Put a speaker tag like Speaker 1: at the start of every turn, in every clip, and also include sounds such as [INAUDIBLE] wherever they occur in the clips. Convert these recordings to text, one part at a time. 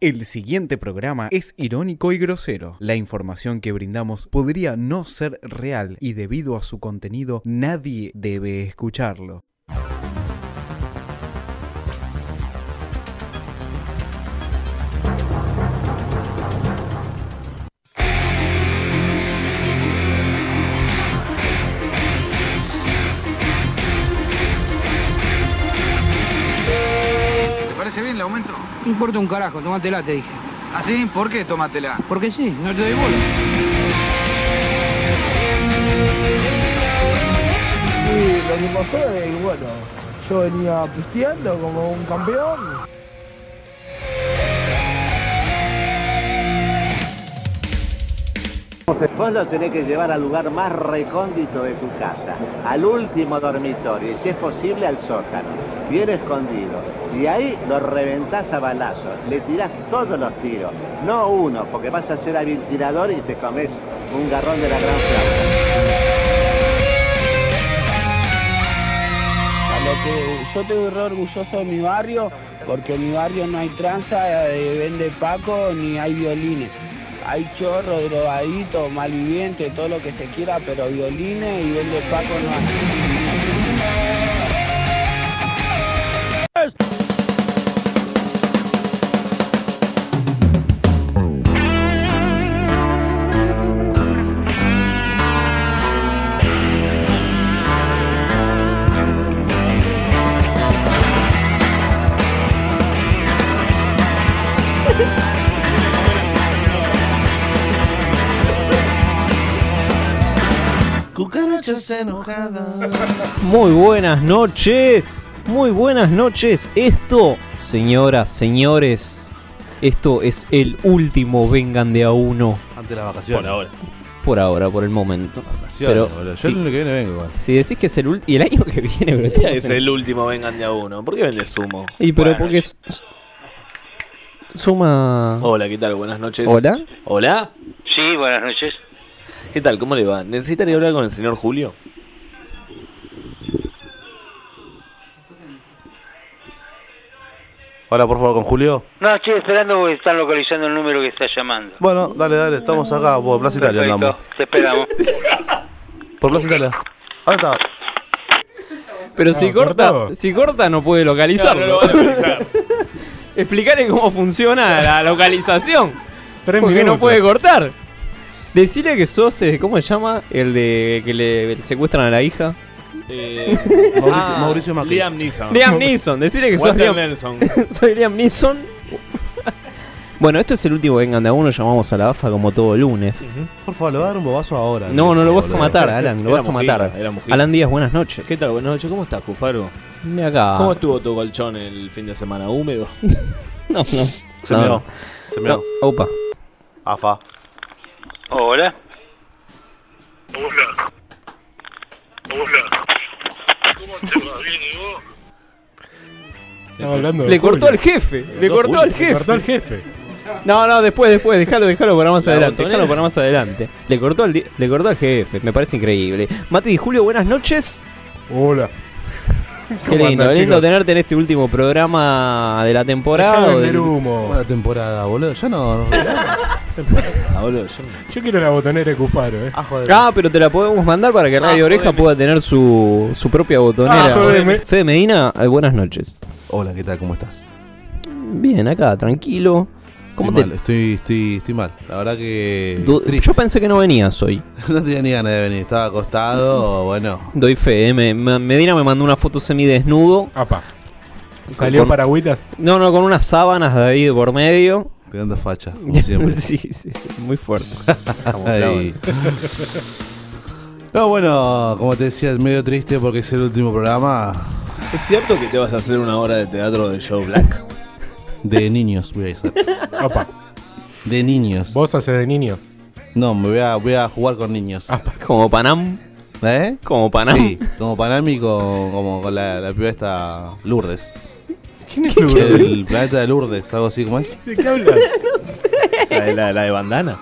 Speaker 1: El siguiente programa es irónico y grosero. La información que brindamos podría no ser real y debido a su contenido nadie debe escucharlo.
Speaker 2: ¿Te parece bien el aumento?
Speaker 3: No importa un carajo, tomátela, te dije.
Speaker 2: ¿Ah, sí? ¿Por qué tomátela?
Speaker 3: Porque sí, no te doy bola.
Speaker 4: Sí, lo que pasó es que, bueno, yo venía pisteando como un campeón.
Speaker 5: Vos lo tenés que llevar al lugar más recóndito de tu casa, al último dormitorio y si es posible al sótano, bien escondido. Y ahí lo reventás a balazos, le tirás todos los tiros, no uno, porque vas a ser hábil tirador y te comes un garrón de la gran flauta.
Speaker 6: A lo que yo estoy re orgulloso de mi barrio, porque en mi barrio no hay tranza, eh, vende Paco, ni hay violines. Hay chorro, drogadito, malviviente, todo lo que se quiera, pero violines y vende Paco no hay.
Speaker 7: Muy buenas noches, muy buenas noches. Esto, señoras, señores, esto es el último Vengan de a uno
Speaker 8: Antes de las vacaciones. Por ahora.
Speaker 7: por ahora, por el momento. Pero,
Speaker 8: Pero, Yo
Speaker 7: sí.
Speaker 8: el lunes que viene vengo igual.
Speaker 7: Si decís que es el último, y el año que viene, pero estamos
Speaker 9: Es
Speaker 7: en-
Speaker 9: el último, vengan de a uno. ¿Por qué vende sumo?
Speaker 7: Y pero
Speaker 9: Buenas
Speaker 7: porque
Speaker 9: noches.
Speaker 7: es- suma.
Speaker 9: Hola, ¿qué tal? Buenas noches.
Speaker 7: Hola.
Speaker 9: Hola.
Speaker 10: Sí, buenas noches.
Speaker 9: ¿Qué tal? ¿Cómo le va? ¿Necesitan ir a hablar con el señor Julio?
Speaker 8: Hola, por favor, con Julio.
Speaker 10: No, estoy esperando porque están localizando el número que está llamando.
Speaker 8: Bueno, dale, dale, estamos acá, por Plaza Italia
Speaker 10: Perfecto,
Speaker 8: andamos.
Speaker 10: te
Speaker 1: [LAUGHS]
Speaker 10: esperamos.
Speaker 8: Por Plaza Italia. Ahí está.
Speaker 7: Pero si
Speaker 8: Ah,
Speaker 7: corta,
Speaker 8: cortado.
Speaker 7: si corta no puede localizarlo. [LAUGHS] Explicarle cómo funciona la localización.
Speaker 8: Tres
Speaker 7: porque no
Speaker 8: minutos.
Speaker 7: puede cortar. Decirle que sos, eh, ¿cómo se llama? El de que le secuestran a la hija.
Speaker 1: Eh,
Speaker 8: Mauricio,
Speaker 7: Ah.
Speaker 8: Mauricio Macri.
Speaker 9: Ah, Liam Neeson.
Speaker 7: Liam Neeson, decirle que sos
Speaker 9: Walter
Speaker 7: Liam,
Speaker 9: Nelson.
Speaker 7: [LAUGHS] soy Liam Neeson. bueno, esto es el último Vengan de a uno, llamamos a la AFA como todo lunes.
Speaker 8: [LAUGHS] Por favor, le voy a dar un bobazo ahora.
Speaker 7: No, no lo vas a
Speaker 8: Boludo.
Speaker 7: matar, Alan, lo
Speaker 9: Era
Speaker 7: vas a
Speaker 9: Mujica,
Speaker 7: matar.
Speaker 9: era Mujica.
Speaker 7: Alan Díaz, buenas noches.
Speaker 9: ¿Qué tal? Buenas noches. ¿Cómo estás, Cufaro?
Speaker 7: Ven acá.
Speaker 9: ¿Cómo estuvo tu colchón el fin de semana? ¿Húmedo?
Speaker 7: [LAUGHS] No, no.
Speaker 8: Se
Speaker 7: No,
Speaker 8: me
Speaker 7: no.
Speaker 8: Se Ah. me
Speaker 7: No, opa.
Speaker 8: Afa.
Speaker 10: Hola.
Speaker 8: Estaba hablando
Speaker 7: Le cortó al jefe, le cortó al jefe.
Speaker 8: jefe.
Speaker 7: No, no, después, después, déjalo, déjalo para más
Speaker 9: La
Speaker 7: adelante,
Speaker 9: botonera.
Speaker 7: déjalo para más adelante. Le cortó al, di- le cortó al jefe, me parece increíble. Mati y Julio, buenas noches.
Speaker 8: Hola.
Speaker 7: Qué lindo, lindo tenerte en este último programa de la temporada. o del-
Speaker 8: humo. Buena temporada, boludo. Yo no.
Speaker 9: Ah, boludo, yo no-
Speaker 8: Yo quiero la botonera de Cufaro, eh. Ah, joder.
Speaker 7: Ah, pero te la podemos mandar para que Radio Oreja pueda tener su, su propia botonera.
Speaker 8: Ah, jodeme.
Speaker 7: Fede Medina, eh, buenas noches.
Speaker 8: Hola, ¿qué tal? ¿Cómo estás?
Speaker 7: Bien, acá, tranquilo. ¿Cómo
Speaker 8: estoy
Speaker 7: te-
Speaker 8: mal, estoy, estoy, estoy mal. La verdad que.
Speaker 7: du-
Speaker 8: triste.
Speaker 7: Yo pensé que no venías hoy.
Speaker 8: [LAUGHS] no tenía ni ganas de venir. Estaba acostado, bueno.
Speaker 7: Doy fe, eh, me- me- Medina me mandó una foto semidesnudo. ¿Salió
Speaker 8: paragüitas?
Speaker 7: No, no, con unas sábanas de ahí de por medio.
Speaker 8: Quedando facha,
Speaker 7: [LAUGHS]
Speaker 8: como siempre.
Speaker 7: sí, sí, sí,
Speaker 8: [LAUGHS]
Speaker 7: muy fuerte.
Speaker 8: Ay. No, bueno, como te decía, es medio triste porque es el último programa
Speaker 9: ¿Es cierto que te vas a hacer una obra de teatro de Joe Black?
Speaker 8: de niños, voy a
Speaker 4: [LAUGHS]
Speaker 8: hacer. De niños.
Speaker 4: ¿Vos haces de niño? Ah,
Speaker 8: No, me voy a, voy a jugar con niños.
Speaker 7: Como Panam,
Speaker 8: ¿Eh?
Speaker 7: como Panam.
Speaker 8: Sí, como Panam y con, como con la, la piba esta Lourdes.
Speaker 4: ¿Quién es
Speaker 8: El planeta de Lourdes, algo así como es.
Speaker 4: ¿De qué hablas?
Speaker 9: ¿La de, la, la de bandana?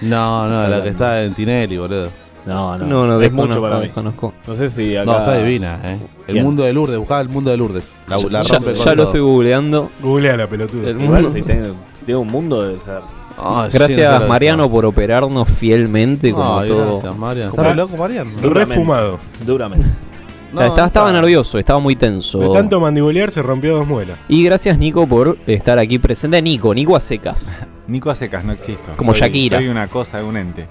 Speaker 8: No, no, la que está en Tinelli, boludo.
Speaker 9: No, no.
Speaker 7: No, no,
Speaker 9: es mucho
Speaker 7: desconozco,
Speaker 9: para mí.
Speaker 7: desconozco.
Speaker 9: No sé si acá.
Speaker 8: No, está divina, ¿eh? El
Speaker 9: Bien.
Speaker 8: mundo de Lourdes, buscaba el mundo de Lourdes. La, la
Speaker 7: ya
Speaker 8: rompe
Speaker 7: ya
Speaker 8: con
Speaker 7: lo
Speaker 8: todo.
Speaker 7: estoy googleando.
Speaker 1: Googlea la pelotuda.
Speaker 7: El
Speaker 9: Igual
Speaker 7: mundo-
Speaker 9: si tiene, si tiene un mundo de ser.
Speaker 8: Ah, sí,
Speaker 7: Gracias
Speaker 8: no sé,
Speaker 7: Mariano por operarnos fielmente como
Speaker 8: Ay,
Speaker 7: todo.
Speaker 8: Ah, gracias, Mariano.
Speaker 9: ¿Cómo
Speaker 8: ¿Estás
Speaker 9: es?
Speaker 8: loco, Mariano?
Speaker 9: Duramente.
Speaker 1: Refumado.
Speaker 7: [LAUGHS]
Speaker 9: Duramente.
Speaker 8: No,
Speaker 7: estaba, estaba
Speaker 8: está-
Speaker 7: nervioso, estaba muy tenso.
Speaker 1: De tanto mandibulear se rompió dos muelas.
Speaker 7: Y gracias Nico por estar aquí presente. Nico, Nico a secas.
Speaker 11: Nico a secas, no existo.
Speaker 7: Como
Speaker 11: Soy-
Speaker 7: Shakira.
Speaker 11: Soy una cosa, un ente.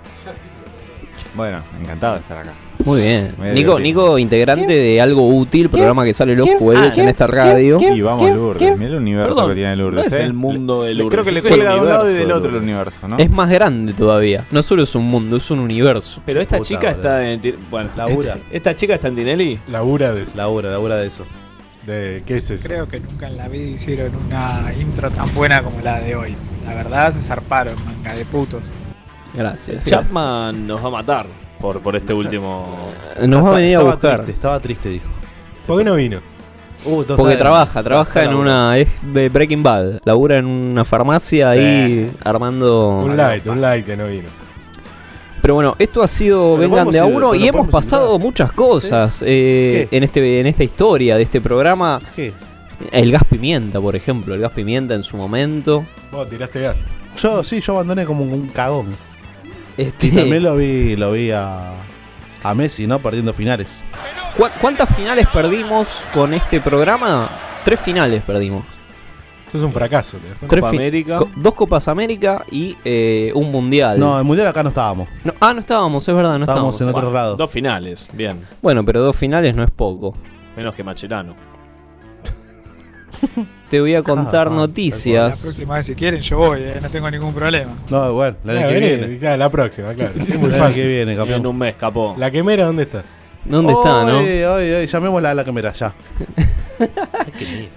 Speaker 11: Bueno, encantado de estar acá.
Speaker 7: Muy bien.
Speaker 11: Me
Speaker 7: Nico,
Speaker 11: divertí.
Speaker 7: Nico, integrante de Algo Útil, programa que sale los
Speaker 11: ¿Quién?
Speaker 7: jueves
Speaker 11: Ah,
Speaker 7: en esta radio.
Speaker 11: Y vamos, Lourdes. Mira el universo
Speaker 9: Perdón,
Speaker 11: que tiene Lourdes.
Speaker 9: no es
Speaker 11: ¿eh?
Speaker 9: el mundo de
Speaker 11: Le-
Speaker 9: Lourdes,
Speaker 11: Creo que le
Speaker 9: es el
Speaker 11: cuelga de un lado y
Speaker 9: universo
Speaker 11: del
Speaker 9: de
Speaker 11: otro el
Speaker 9: Lourdes.
Speaker 11: universo, ¿no?
Speaker 7: Es más grande todavía. No solo es un mundo, es un universo.
Speaker 9: Pero esta
Speaker 8: Puta,
Speaker 9: chica
Speaker 8: boludo.
Speaker 9: está en. Ti- Bueno,
Speaker 8: Labura.
Speaker 9: esta-
Speaker 7: Este-
Speaker 9: Esta chica está en Tinelli.
Speaker 1: Labura de,
Speaker 8: Labura, labura de eso.
Speaker 1: de- ¿Qué es eso?
Speaker 2: Creo que nunca en la vida hicieron una intro tan buena como la de hoy. La verdad se zarparon, manga de putos.
Speaker 7: Gracias.
Speaker 9: Chapman nos va a matar por, por este último.
Speaker 7: Nos va a venir a
Speaker 8: estaba
Speaker 7: buscar.
Speaker 8: Triste, estaba triste, dijo.
Speaker 1: ¿Por qué no vino?
Speaker 8: Uh, no,
Speaker 7: Porque
Speaker 8: está-
Speaker 7: trabaja,
Speaker 8: está
Speaker 7: trabaja en
Speaker 8: laburando.
Speaker 7: una. Es de Breaking Bad. Labura en una farmacia ahí armando.
Speaker 1: Un light, un light que no vino.
Speaker 7: Pero bueno, esto ha
Speaker 8: Pero
Speaker 7: sido Vengan
Speaker 8: podemos
Speaker 7: de a
Speaker 8: ir-
Speaker 7: uno
Speaker 8: pero
Speaker 7: y hemos
Speaker 8: podemos
Speaker 7: pasado muchas cosas eh,
Speaker 8: ¿Qué?
Speaker 7: en, este, en esta historia de este programa.
Speaker 8: ¿Qué?
Speaker 7: El gas pimienta, por ejemplo. El gas pimienta en su momento.
Speaker 1: Vos tiraste gas.
Speaker 8: Yo, sí, yo abandoné como un cagón.
Speaker 7: Este,
Speaker 8: Y también lo vi, lo vi a, a Messi, ¿no? Perdiendo finales.
Speaker 7: ¿cu- ¿Cuántas finales perdimos con este programa? Tres finales perdimos.
Speaker 1: Eso es un fracaso. ¿te das cuenta?
Speaker 7: Tres
Speaker 9: Copa
Speaker 7: fi-
Speaker 9: América.
Speaker 7: co- dos Copas América y eh, un Mundial.
Speaker 8: No, en el Mundial acá no estábamos.
Speaker 7: No, ah, no estábamos, es verdad, no estábamos.
Speaker 8: estábamos, en otro lado.
Speaker 9: Dos finales, bien.
Speaker 7: Bueno, pero dos finales no es poco.
Speaker 9: Menos que Macherano.
Speaker 7: Te voy a contar
Speaker 8: Ah,
Speaker 2: La
Speaker 7: noticias.
Speaker 2: próxima vez si quieren yo voy, eh, no tengo ningún problema.
Speaker 8: No, bueno, la
Speaker 1: Ah,
Speaker 8: año que
Speaker 1: vení,
Speaker 8: viene.
Speaker 1: claro, la próxima,
Speaker 11: [LAUGHS]
Speaker 1: claro. Es muy
Speaker 8: La año que
Speaker 1: fácil.
Speaker 8: viene, campeón. Oh,
Speaker 9: En un mes, capó.
Speaker 1: ¿La quemera dónde está?
Speaker 7: ¿Dónde está, no?
Speaker 8: Oye, oye, oye, llamémosla a la cámara, ya.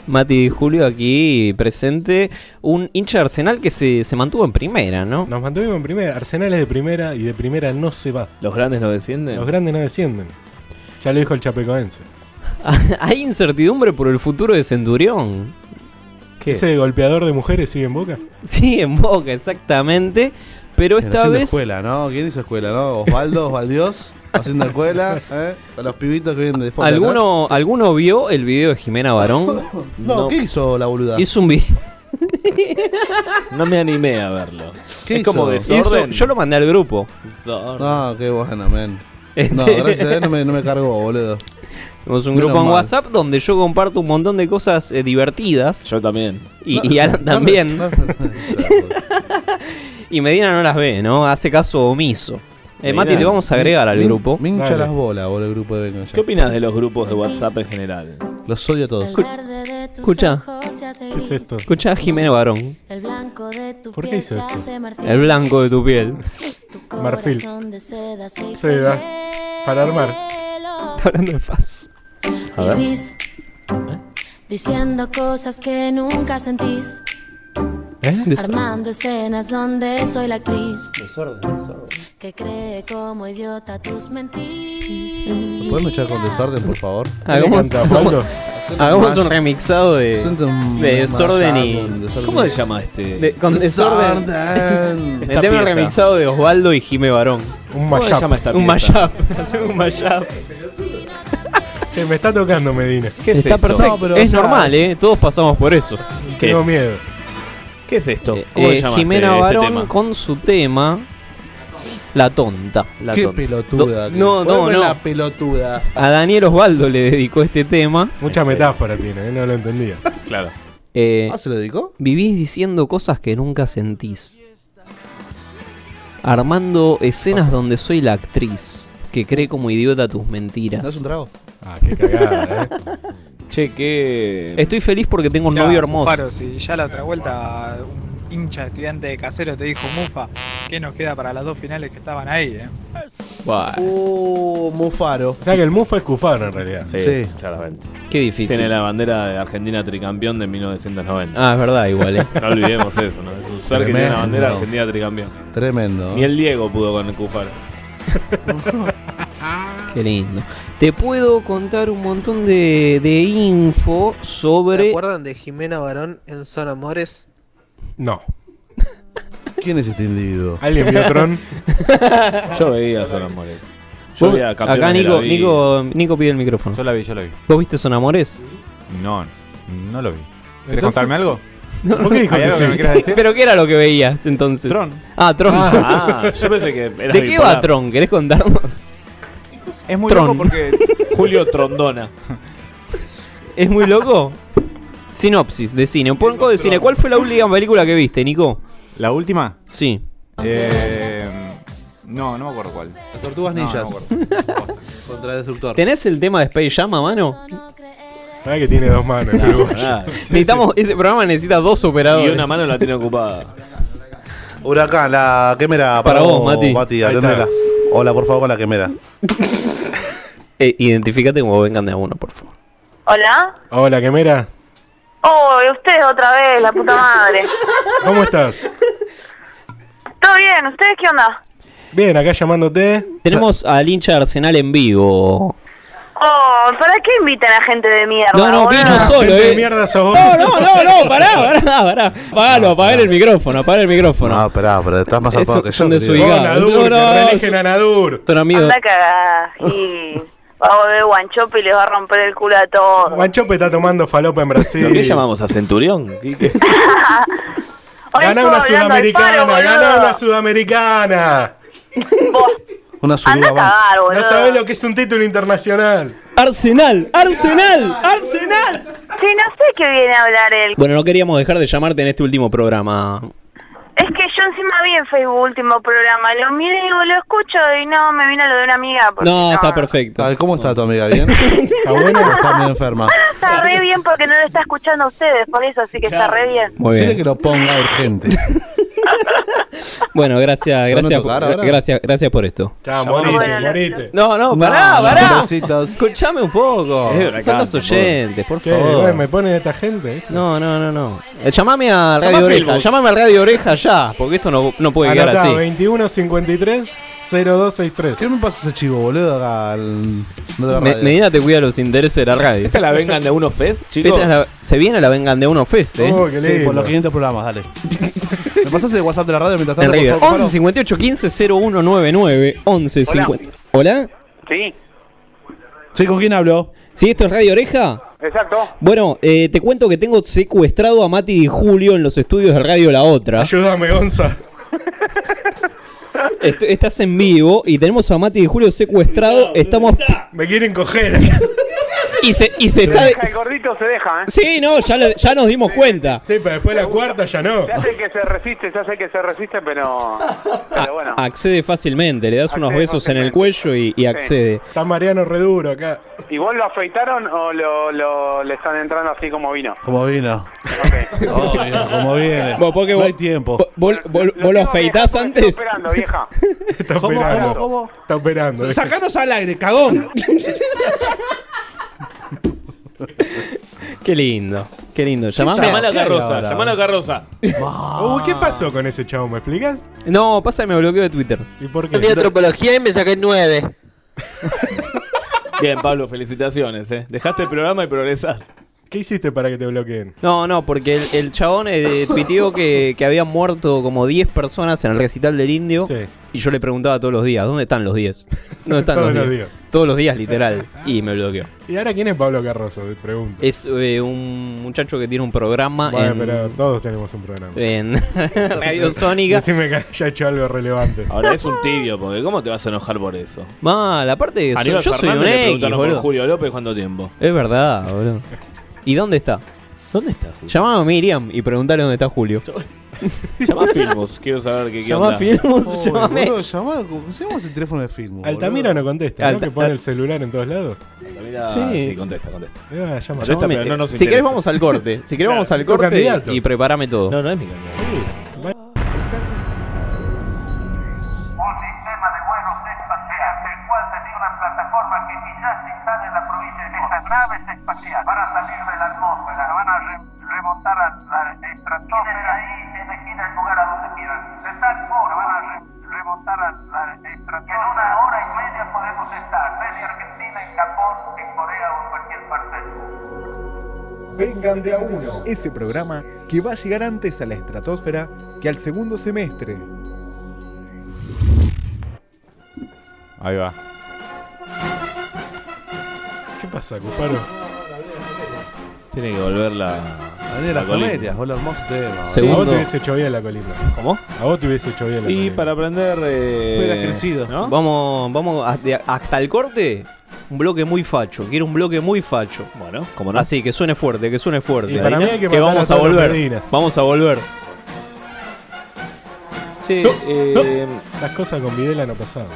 Speaker 7: Mati y Julio aquí presente. Un hincha de Arsenal que se, se mantuvo en primera, ¿no?
Speaker 1: Nos mantuvimos en primera. Arsenal es de primera y de primera no se va.
Speaker 9: ¿Los grandes no descienden?
Speaker 1: Los grandes no descienden. Ya lo dijo el chapecoense.
Speaker 7: [LAUGHS] Hay incertidumbre por el futuro de Centurión. ¿Qué?
Speaker 1: ¿Ese golpeador de mujeres sigue en boca?
Speaker 7: Sí, en Boca, exactamente. Pero
Speaker 8: Pero
Speaker 7: esta
Speaker 8: haciendo
Speaker 7: vez.
Speaker 8: escuela, ¿no? ¿Quién hizo escuela, no? Osvaldo, Osvaldios, haciendo escuela, [LAUGHS] ¿eh? Con los pibitos que vienen de fondo. atrás.
Speaker 7: ¿Alguno, ¿Alguno vio el video de Jimena Barón?
Speaker 8: [LAUGHS] No,
Speaker 9: No.
Speaker 8: ¿qué hizo la boluda?
Speaker 7: Hizo un video.
Speaker 9: No me animé a verlo.
Speaker 8: ¿Qué
Speaker 9: es
Speaker 8: hizo?
Speaker 9: como desorden.
Speaker 7: Yo lo mandé al grupo.
Speaker 9: Desorden.
Speaker 8: No, qué bueno, men.
Speaker 7: [LAUGHS]
Speaker 8: No,
Speaker 7: Este-
Speaker 8: gracias a él no me, no me cargó, boludo.
Speaker 7: Tenemos un
Speaker 8: Menos
Speaker 7: grupo en
Speaker 8: mal.
Speaker 7: WhatsApp donde yo comparto un montón de cosas eh, divertidas.
Speaker 9: Yo también.
Speaker 7: Y, y Alan también.
Speaker 8: No, no, no.
Speaker 7: Y Medina no las ve, ¿no? Hace caso omiso. Eh, Mati,
Speaker 9: Mirá,
Speaker 7: te vamos a agregar al
Speaker 8: Me-
Speaker 7: grupo.
Speaker 8: Me hincha
Speaker 1: Dale.
Speaker 8: las bolas, boludo, el grupo de Vengan
Speaker 9: ¿Qué
Speaker 8: ya.
Speaker 9: opinas de los grupos de WhatsApp en general?
Speaker 8: Los odio a todos.
Speaker 7: Escucha,
Speaker 1: ¿Qué es esto?
Speaker 7: escucha a Jimena Barón.
Speaker 1: ¿Por qué hizo esto?
Speaker 7: El blanco de tu piel.
Speaker 1: Marfil. Seda. Para armar.
Speaker 7: Está hablando de paz.
Speaker 9: A ver. ¿Eh?
Speaker 12: Diciendo cosas que nunca sentís.
Speaker 7: ¿Eh?
Speaker 12: Armando escenas donde soy la actriz. Que cree como idiota tus mentiras.
Speaker 8: ¿Podemos echar con desorden, por favor?
Speaker 7: Hagamos,
Speaker 1: Canta, Osvaldo.
Speaker 7: [LAUGHS] hagamos Ah, un remixado
Speaker 8: Siento
Speaker 7: de.
Speaker 8: un-
Speaker 7: de desorden y-
Speaker 8: un desorden.
Speaker 9: ¿Cómo se llama este?
Speaker 7: de- con desorden.
Speaker 8: Desorden.
Speaker 9: Esta
Speaker 7: Meteme un
Speaker 9: pieza.
Speaker 7: remixado de Osvaldo y Jimé Barón.
Speaker 1: Un
Speaker 9: ¿Cómo se llama
Speaker 1: mashup.
Speaker 9: esta
Speaker 7: Un
Speaker 9: pieza? [LAUGHS]
Speaker 7: mashup. [LAUGHS] Hacemos un mashup.
Speaker 1: Che, Eh, me está tocando Medina.
Speaker 9: ¿Qué es
Speaker 7: Está
Speaker 9: esto?
Speaker 7: perfecto.
Speaker 8: No, pero,
Speaker 7: es
Speaker 8: o sea,
Speaker 7: normal, ¿eh? Todos pasamos por eso.
Speaker 9: ¿Qué,
Speaker 1: Tengo miedo.
Speaker 9: qué es esto?
Speaker 7: Eh,
Speaker 9: ¿Cómo
Speaker 7: eh,
Speaker 9: se llama este-
Speaker 7: Jimena
Speaker 9: este,
Speaker 7: Barón
Speaker 9: tema?
Speaker 7: con su tema. La tonta. La
Speaker 8: Qué
Speaker 7: tonta.
Speaker 8: pelotuda.
Speaker 7: Do-
Speaker 8: que-
Speaker 7: no, no,
Speaker 8: Vuelve
Speaker 7: no.
Speaker 8: la pelotuda.
Speaker 7: A Daniel Osvaldo le dedicó este tema.
Speaker 1: Mucha
Speaker 9: En serio.
Speaker 1: metáfora tiene, eh, no lo entendía.
Speaker 9: Claro.
Speaker 7: Eh,
Speaker 8: ¿Ah, se lo dedicó?
Speaker 7: vivís diciendo cosas que nunca sentís. Armando escenas donde soy la actriz. Que cree como idiota tus
Speaker 8: ¿No es
Speaker 7: mentiras.
Speaker 8: un trago?
Speaker 1: Ah, qué cagada, eh.
Speaker 9: Che, qué.
Speaker 7: Estoy feliz porque tengo un
Speaker 2: Mirá,
Speaker 7: novio hermoso.
Speaker 2: Faro, si ya la otra vuelta un hincha estudiante de casero te dijo Mufa, ¿qué nos queda para las dos finales que estaban ahí? eh?
Speaker 7: Buah,
Speaker 8: Uh, Mufaro.
Speaker 1: O sea que el Mufa es Cufaro en realidad.
Speaker 9: Sí,
Speaker 8: Sí.
Speaker 9: claramente.
Speaker 7: qué difícil.
Speaker 9: Tiene la bandera de Argentina tricampeón de 1990.
Speaker 7: Ah, es verdad, igual. eh.
Speaker 9: No olvidemos eso, ¿no? Es un ser que tiene la bandera
Speaker 8: Tremendo.
Speaker 9: argentina tricampeón.
Speaker 8: Tremendo.
Speaker 9: Ni el Diego pudo con el Cufaro.
Speaker 7: Qué lindo. Te puedo contar un montón de, de info sobre.
Speaker 13: acuerdan de Jimena Barón en Son Amores?
Speaker 1: No.
Speaker 8: ¿Quién es este individuo?
Speaker 7: [LAUGHS]
Speaker 1: ¿Alguien vio Tron?
Speaker 9: Yo veía a Son Amores. Yo
Speaker 7: Vos-
Speaker 9: vi a campeones
Speaker 7: Acá
Speaker 9: de la
Speaker 7: Nico,
Speaker 9: vida.
Speaker 7: Nico, Nico pide el micrófono.
Speaker 11: Yo la vi, yo la vi.
Speaker 7: ¿Vos viste Son Amores?
Speaker 11: No, no lo vi.
Speaker 7: Entonces-
Speaker 11: ¿Querés contarme algo?
Speaker 7: No.
Speaker 11: ¿Por qué dijo
Speaker 7: ¿Hay
Speaker 11: que
Speaker 7: algo
Speaker 11: sí?
Speaker 7: me quieras decir? ¿Pero qué era lo que veías entonces?
Speaker 11: Tron.
Speaker 7: Ah, Tron. [LAUGHS]
Speaker 9: Ah, ah, yo pensé que
Speaker 7: ¿De
Speaker 9: era
Speaker 7: qué
Speaker 9: bipolar.
Speaker 7: va Tron? ¿Querés contarnos?
Speaker 11: Es muy
Speaker 7: Tron.
Speaker 11: loco porque
Speaker 9: Julio Trondona.
Speaker 7: [LAUGHS] ¿Es muy loco? Sinopsis de cine, un poco de cine. ¿Cuál fue la última película que viste, Nico?
Speaker 11: ¿La última?
Speaker 7: Sí.
Speaker 11: Eh, no, no me acuerdo cuál. Las
Speaker 8: tortugas ninjas. [LAUGHS] Contra destructor.
Speaker 7: ¿Tenés el tema de Space Jam a mano?
Speaker 1: Sabés que tiene dos manos el uruguayo.
Speaker 9: Ah,
Speaker 7: Necesitamos, ese programa necesita dos operadores.
Speaker 9: Y una mano la
Speaker 7: [LAUGHS]
Speaker 9: tiene ocupada.
Speaker 8: Huracán, la quemera.
Speaker 7: Para vos, Mati.
Speaker 8: Ah, Mati,
Speaker 7: Ahí
Speaker 8: atendela.
Speaker 7: está.
Speaker 8: Hola, por favor, con la quemera.
Speaker 7: [LAUGHS] Eh, identificate como vengan de a uno, por favor.
Speaker 14: Hola.
Speaker 1: Hola, quemera.
Speaker 14: Oh, y ustedes otra vez, la puta madre.
Speaker 1: ¿Cómo estás?
Speaker 14: ¿Todo bien? ¿Ustedes qué onda?
Speaker 1: Bien, acá llamándote.
Speaker 7: Tenemos al hincha de Arsenal en vivo.
Speaker 14: Oh, ¿para qué invitan a gente de mierda?
Speaker 7: No, no,
Speaker 14: boludo?
Speaker 7: vino solo,
Speaker 1: Gente de
Speaker 7: eh.
Speaker 1: mierda sos vos.
Speaker 7: No, no, no, no, pará, pará, pará. Apagalo, apagar el micrófono, apagar el micrófono.
Speaker 8: No, esperá, pero estás más
Speaker 7: Eso-
Speaker 8: zarpado
Speaker 9: ah,
Speaker 8: que yo.
Speaker 7: son
Speaker 8: querido.
Speaker 7: desubicados.
Speaker 1: Nadur,
Speaker 7: No, no,
Speaker 1: que
Speaker 7: no,
Speaker 1: reeligen a Nadur.
Speaker 7: Son amigos.
Speaker 14: Anda a cagar,
Speaker 7: Oh.
Speaker 14: y va a volver guanchope y les va a romper el culo a todos.
Speaker 1: Guanchope está tomando falopa en Brasil.
Speaker 9: ¿Qué llamamos a Centurión? ¿Qué- qué?
Speaker 14: Hoy estuvo
Speaker 1: Ganá una
Speaker 14: hablando al
Speaker 1: sudamericana,
Speaker 14: paro,
Speaker 1: ganá
Speaker 14: boludo.
Speaker 1: una sudamericana.
Speaker 8: Una
Speaker 14: Anda a cagar,
Speaker 1: No
Speaker 14: boludo.
Speaker 1: sabés lo que es un título internacional.
Speaker 7: Arsenal, Arsenal, Arsenal.
Speaker 14: Sí, no sé qué viene a hablar él.
Speaker 7: Bueno, no queríamos dejar de llamarte en este último programa.
Speaker 14: Es que yo encima vi en Facebook último programa, lo miré y digo, lo escucho y no, me vino lo de una amiga. porque
Speaker 7: No,
Speaker 14: [LAUGHS]
Speaker 7: está perfecto.
Speaker 8: Tal, ¿Cómo está tu amiga? ¿Bien?
Speaker 7: [LAUGHS]
Speaker 8: ¿Está buena o está medio enferma?
Speaker 14: Está re bien porque no lo está escuchando a ustedes, por eso, así que está re bien.
Speaker 7: Muy bien.
Speaker 8: Decirle que lo ponga urgente.
Speaker 7: [LAUGHS] Bueno, gracias,
Speaker 8: ¿Se van a
Speaker 7: gracias,
Speaker 8: tocar
Speaker 7: gra-
Speaker 8: ahora?
Speaker 7: gracias, gracias por esto.
Speaker 1: Ya, moriste,
Speaker 14: bueno,
Speaker 1: moriste.
Speaker 7: No, no, pará,
Speaker 8: No,
Speaker 7: pará.
Speaker 8: pobrecitos.
Speaker 7: Escuchame un poco.
Speaker 9: Eh, huracán,
Speaker 7: Son los oyentes, por
Speaker 1: ¿Qué? Bueno,
Speaker 7: favor.
Speaker 1: me ponen esta gente.
Speaker 7: No, no, no, no. Eh, Llamame a
Speaker 9: Llama
Speaker 7: Radio
Speaker 9: a
Speaker 7: Oreja,
Speaker 9: Filbus.
Speaker 7: llamame a Radio Oreja ya, porque esto no, no puede quedar
Speaker 1: Anotá,
Speaker 7: así.
Speaker 1: 21 53 0263.
Speaker 8: ¿Qué me pasa ese chivo, boludo? Acá al... no de la
Speaker 7: Me-
Speaker 8: radio?
Speaker 7: Medina te cuida los intereses de la radio.
Speaker 9: ¿Esta la vengan de uno Fest, chicos?
Speaker 7: Esta es la- se viene la vengan de uno fest, eh.
Speaker 1: Oh, qué
Speaker 8: Sí,
Speaker 1: lindo.
Speaker 8: por los 500 programas, dale. ¿Me pasas el WhatsApp de la radio mientras
Speaker 7: en
Speaker 8: tanto? por
Speaker 7: River.
Speaker 8: favor,
Speaker 7: 11 58 15 0199 11 50. Hola.
Speaker 10: Sí,
Speaker 8: Caro? Sí, ¿con quién hablo?
Speaker 7: ¿Sí, esto es Radio Oreja?
Speaker 10: exacto.
Speaker 7: Bueno, eh, te cuento que tengo secuestrado a Mati y Julio en los estudios de Radio La Otra.
Speaker 1: Ayúdame, Gonza.
Speaker 7: [LAUGHS] Est- estás en vivo y tenemos a Mati y Julio secuestrado. Estamos.
Speaker 1: Me quieren coger.
Speaker 7: Y se, y se está.
Speaker 10: El gordito se deja, ¿eh?
Speaker 7: Sí, no, ya, lo- ya nos dimos cuenta.
Speaker 1: Sí, pero después la cuarta ya no.
Speaker 10: Ya sé que se resiste, ya sé que se resiste, pero. Pero bueno.
Speaker 7: Accede fácilmente, le das unos
Speaker 10: Accede
Speaker 7: besos en el
Speaker 10: fácilmente.
Speaker 7: cuello y, y accede.
Speaker 1: Está Mariano Reduro acá.
Speaker 10: ¿Y vos lo afeitaron o lo, lo- le están entrando así como vino?
Speaker 8: Como vino.
Speaker 10: Ok.
Speaker 8: Obvio, como viene.
Speaker 7: Vos, porque
Speaker 8: no
Speaker 7: vos-
Speaker 8: hay tiempo.
Speaker 7: ¿Vos, vos- vos- vos lo
Speaker 10: tengo,
Speaker 7: afeitás
Speaker 10: vieja, porque
Speaker 7: antes?
Speaker 10: estoy operando,
Speaker 7: [LAUGHS]
Speaker 10: vieja.
Speaker 1: Está
Speaker 8: ¿Cómo,
Speaker 1: operando.
Speaker 8: cómo, cómo?
Speaker 1: Está operando.
Speaker 8: S- Sacanos al aire, cagón.
Speaker 7: Qué lindo, qué lindo. Llamame.
Speaker 9: Llamá a la
Speaker 7: a-
Speaker 9: carroza, llamá a la carroza.
Speaker 1: Uy, ¿qué pasó con ese chavo? ¿Me explicas?
Speaker 7: No, pasa que me bloqueó de Twitter.
Speaker 1: ¿Y por qué?
Speaker 13: Yo di antropología y me saqué 9.
Speaker 9: Bien, Pablo, felicitaciones, eh. Dejaste el programa y progresás.
Speaker 1: ¿Qué hiciste para que te bloqueen?
Speaker 7: No, no, porque el, el chabón eh, tuiteó que, que habían muerto como 10 personas en el recital del indio.
Speaker 1: Sí.
Speaker 7: Y yo le preguntaba todos los días, ¿dónde están los 10? ¿Dónde están
Speaker 1: [LAUGHS] Todos
Speaker 7: los
Speaker 1: los
Speaker 7: 10? Todos los días, literal. Y me bloqueó.
Speaker 1: ¿Y ahora quién es Pablo Carrozo? Te Pregunto.
Speaker 7: Es eh, un muchacho que tiene un programa
Speaker 1: Bueno,
Speaker 7: en,
Speaker 1: pero todos tenemos
Speaker 9: [LAUGHS]
Speaker 1: un programa.
Speaker 7: [LAUGHS] en Radio Sónica.
Speaker 1: Decime que haya hecho algo relevante.
Speaker 9: Ahora [LAUGHS] es un tibio, porque ¿cómo te vas a enojar por eso?
Speaker 7: Mal, aparte, soy-
Speaker 9: Aníbal
Speaker 7: yo soy
Speaker 9: Fernández
Speaker 7: un
Speaker 9: le
Speaker 7: X,
Speaker 9: preguntaron por
Speaker 7: boludo.
Speaker 9: Julio López cuánto tiempo.
Speaker 7: Es verdad, boludo. ¿Y dónde está?
Speaker 9: ¿Dónde está Julio?
Speaker 7: Llamá a Miriam y preguntale dónde está Julio.
Speaker 9: Llamá a Filmus, quiero saber qué, qué
Speaker 7: Llamá a
Speaker 9: onda.
Speaker 7: Filmus,
Speaker 8: Uy,
Speaker 7: llamame.
Speaker 8: boludo, llamá, ¿Conseguimos el teléfono de film?
Speaker 1: Altamira no contesta,
Speaker 7: Alta-
Speaker 1: ¿no? Que pone
Speaker 7: al-
Speaker 1: el celular en todos lados.
Speaker 9: Mira,
Speaker 7: [LAUGHS] Sí.
Speaker 9: sí. contesta, contesta.
Speaker 1: Le van a llamar.
Speaker 9: Yo- Contesta,
Speaker 7: Llamame,
Speaker 9: pero no
Speaker 7: eh,
Speaker 9: nos
Speaker 7: si
Speaker 9: interesa.
Speaker 7: querés vamos al corte. Si querés
Speaker 9: [LAUGHS] Claro,
Speaker 7: vamos al
Speaker 1: tu
Speaker 7: corte
Speaker 1: candidato.
Speaker 7: y, y prepárame todo.
Speaker 9: No, no es mi candidato.
Speaker 15: un sistema de vuelos espacial, el cual tenía una plataforma que quizás se instale en la provincia de estas naves espaciales. Van a salir de la atmósfera, van a re- remontar a la estratosfera y elegir el lugar a donde quieran. De tal forma van a re- remontar a la estratosfera. En una hora y media podemos estar desde Argentina, en Japón, en Corea o en cualquier parte del mundo.
Speaker 16: Vengan de a uno. Ese programa que va a llegar antes a la estratosfera que al segundo semestre.
Speaker 11: Ahí va.
Speaker 1: pasa, Cufaro?
Speaker 9: Tiene que volver la.
Speaker 1: Dale
Speaker 9: la
Speaker 1: las
Speaker 9: colina.
Speaker 1: comedias,
Speaker 8: boludo, hermoso tema.
Speaker 1: A vos
Speaker 9: Segundo.
Speaker 1: te hubiese hecho bien la colina.
Speaker 9: ¿Cómo?
Speaker 1: A vos te hubiese hecho bien la
Speaker 9: Y
Speaker 1: colina.
Speaker 9: para aprender. Eh, ¿no?
Speaker 7: Vamos, vamos a- de- hasta el corte. Un bloque muy facho. Quiero un bloque muy facho. Bueno, como no. Así, que suene fuerte, que suene fuerte.
Speaker 1: Y para mí hay que mandar a
Speaker 7: vamos a
Speaker 1: todos los
Speaker 7: volver.
Speaker 1: Medina.
Speaker 7: Vamos a volver. Che, eh,
Speaker 1: Las cosas con Videla no pasaban.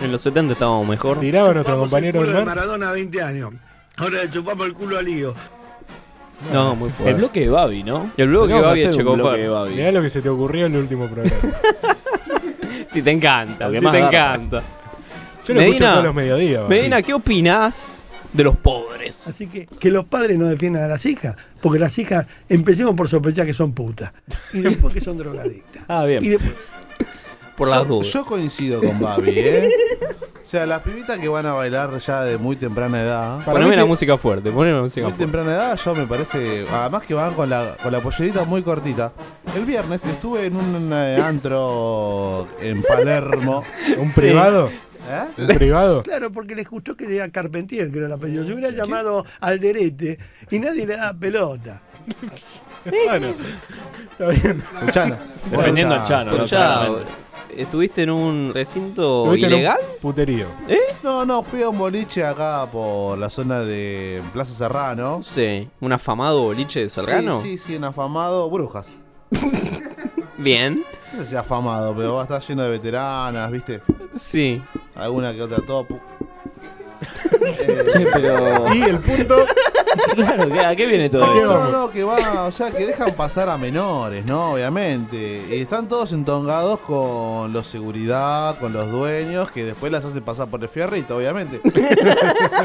Speaker 7: En los 70 estábamos mejor.
Speaker 1: Tiraba nuestro compañero
Speaker 4: culo de
Speaker 1: del mar.
Speaker 4: Maradona 20 años. Ahora le chupamos el culo al lío.
Speaker 7: No, muy fuerte.
Speaker 9: El bloque de Babi, ¿no?
Speaker 7: El bloque de
Speaker 9: Tenemos
Speaker 7: Babi
Speaker 9: que
Speaker 7: de
Speaker 9: hacer un
Speaker 7: Checopar.
Speaker 9: bloque de Babi.
Speaker 1: Mirá lo que se te ocurrió en el
Speaker 9: [LAUGHS]
Speaker 1: último programa.
Speaker 7: Si te encanta,
Speaker 1: Lo que
Speaker 7: si
Speaker 1: más
Speaker 7: te
Speaker 1: da.
Speaker 7: encanta.
Speaker 1: Yo lo escucho todos los mediodías.
Speaker 7: Medina, ¿qué opinás de los pobres?
Speaker 4: Así que que los padres no defiendan a las hijas, porque las hijas empecemos por sospechar que son putas y después que son drogadictas.
Speaker 7: Ah, bien.
Speaker 4: Y después-
Speaker 7: Por
Speaker 8: las
Speaker 7: dudas.
Speaker 8: Yo coincido con Babi, ¿eh? O sea, las pibitas que van a bailar ya de muy temprana edad.
Speaker 7: Poneme la música fuerte, poneme la música
Speaker 8: Muy
Speaker 7: fuerte.
Speaker 8: temprana edad, yo me parece. Además que van con la, con la pollerita muy cortita. El viernes estuve en un eh, antro en
Speaker 9: [LAUGHS]
Speaker 8: Palermo.
Speaker 1: ¿Un privado? ¿Un privado?
Speaker 4: [LAUGHS] Claro, porque les gustó que era Carpentier, que era el apellido. Se hubiera llamado Alderete y nadie le daba pelota.
Speaker 1: [LAUGHS] bueno, está bien.
Speaker 8: Un Chano.
Speaker 7: Defendiendo al Chano,
Speaker 9: ¿no? Claramente.
Speaker 7: ¿Estuviste en un recinto
Speaker 8: ¿Estuviste en un
Speaker 7: ilegal?
Speaker 1: Puterío.
Speaker 9: ¿Eh?
Speaker 8: No, no, fui a un boliche acá por la zona de Plaza Serrano.
Speaker 7: Sí. ¿Un afamado boliche de Serrano?
Speaker 8: Sí, sí, sí, en afamado Brujas.
Speaker 7: Bien.
Speaker 8: No sé si afamado, pero va a estar lleno de veteranas, ¿viste?
Speaker 7: Sí.
Speaker 8: Alguna que otra topu.
Speaker 9: [LAUGHS] Che,
Speaker 8: [LAUGHS]
Speaker 9: pero.
Speaker 1: Y el punto.
Speaker 9: [LAUGHS] claro, ¿a qué viene todo
Speaker 8: No,
Speaker 9: esto?
Speaker 8: no, no, que va, o sea, que dejan pasar a menores, ¿no? Obviamente. Y están todos entongados con los seguridad, con los dueños, que después las hacen pasar por el fierrito, obviamente.
Speaker 7: [COUGHS]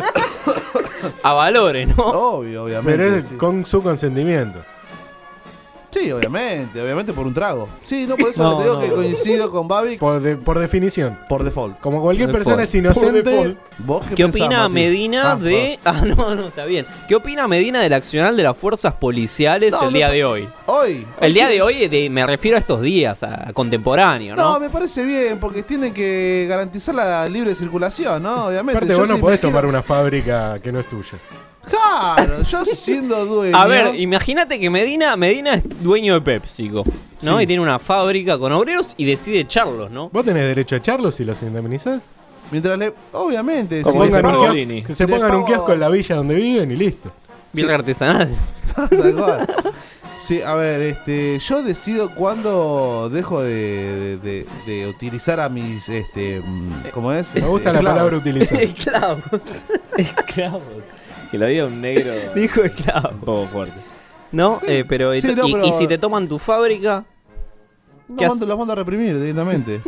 Speaker 7: A valores, ¿no?
Speaker 8: Obvio, obviamente.
Speaker 1: Pero es
Speaker 8: sí.
Speaker 1: con su consentimiento.
Speaker 8: Sí, obviamente, obviamente por un trago. Sí, no, por eso
Speaker 1: No,
Speaker 8: te digo
Speaker 1: no.
Speaker 8: que coincido con Babi.
Speaker 1: Por, de- por definición.
Speaker 8: Por default.
Speaker 1: Como cualquier
Speaker 8: Por
Speaker 1: persona es
Speaker 8: default. Por
Speaker 1: inocente.
Speaker 8: default. ¿Vos
Speaker 7: ¿Qué,
Speaker 8: pensás,
Speaker 7: opina
Speaker 8: Mati?
Speaker 7: Medina
Speaker 8: Ah,
Speaker 7: de.? [LAUGHS] Ah, no, no, está bien. ¿Qué opina Medina del accional de las fuerzas policiales
Speaker 8: No,
Speaker 7: el día
Speaker 8: me-
Speaker 7: de hoy?
Speaker 8: Hoy.
Speaker 7: El día de hoy, de- me refiero a estos días, a, a contemporáneo,
Speaker 8: No,
Speaker 7: ¿no?
Speaker 8: me parece bien, porque tienen que garantizar la libre circulación, ¿no? Obviamente.
Speaker 1: Aparte,
Speaker 8: Yo
Speaker 1: vos no
Speaker 8: sí
Speaker 1: podés
Speaker 8: imagino-
Speaker 1: tomar una fábrica que no es tuya.
Speaker 8: Claro, yo siendo dueño.
Speaker 7: A ver, imagínate que Medina, Medina es dueño de PepsiCo, ¿no?
Speaker 1: Sí.
Speaker 7: Y tiene una fábrica con obreros y decide echarlos, ¿no?
Speaker 1: ¿Vos tenés derecho a echarlos si los indemnizás?
Speaker 8: Mientras le. Obviamente.
Speaker 1: Que se
Speaker 8: si le
Speaker 1: pongan, un
Speaker 8: pago-
Speaker 1: kiosco, que se
Speaker 8: si le
Speaker 1: pongan un
Speaker 8: pago-
Speaker 1: kiosco en la villa donde viven y listo.
Speaker 7: Birra artesanal.
Speaker 8: [LAUGHS] Tal cual. Sí, a ver, este, yo decido cuándo dejo de, de- de- de utilizar a mis, este, mm, ¿cómo es?
Speaker 1: Me gusta la palabra
Speaker 7: [LAUGHS]
Speaker 1: utilizar.
Speaker 7: Esclavos.
Speaker 9: Esclavos. [LAUGHS] Que lo diga un negro.
Speaker 7: [LAUGHS] Dijo esclavos.
Speaker 9: Un poco fuerte.
Speaker 7: ¿No? Eh, pero,
Speaker 8: Oh, Sí, [LAUGHS]
Speaker 7: y-
Speaker 8: no,
Speaker 7: y,
Speaker 8: pero-
Speaker 7: y si te toman tu fábrica,
Speaker 8: No,
Speaker 7: ¿Qué
Speaker 8: mando- los mando a reprimir directamente.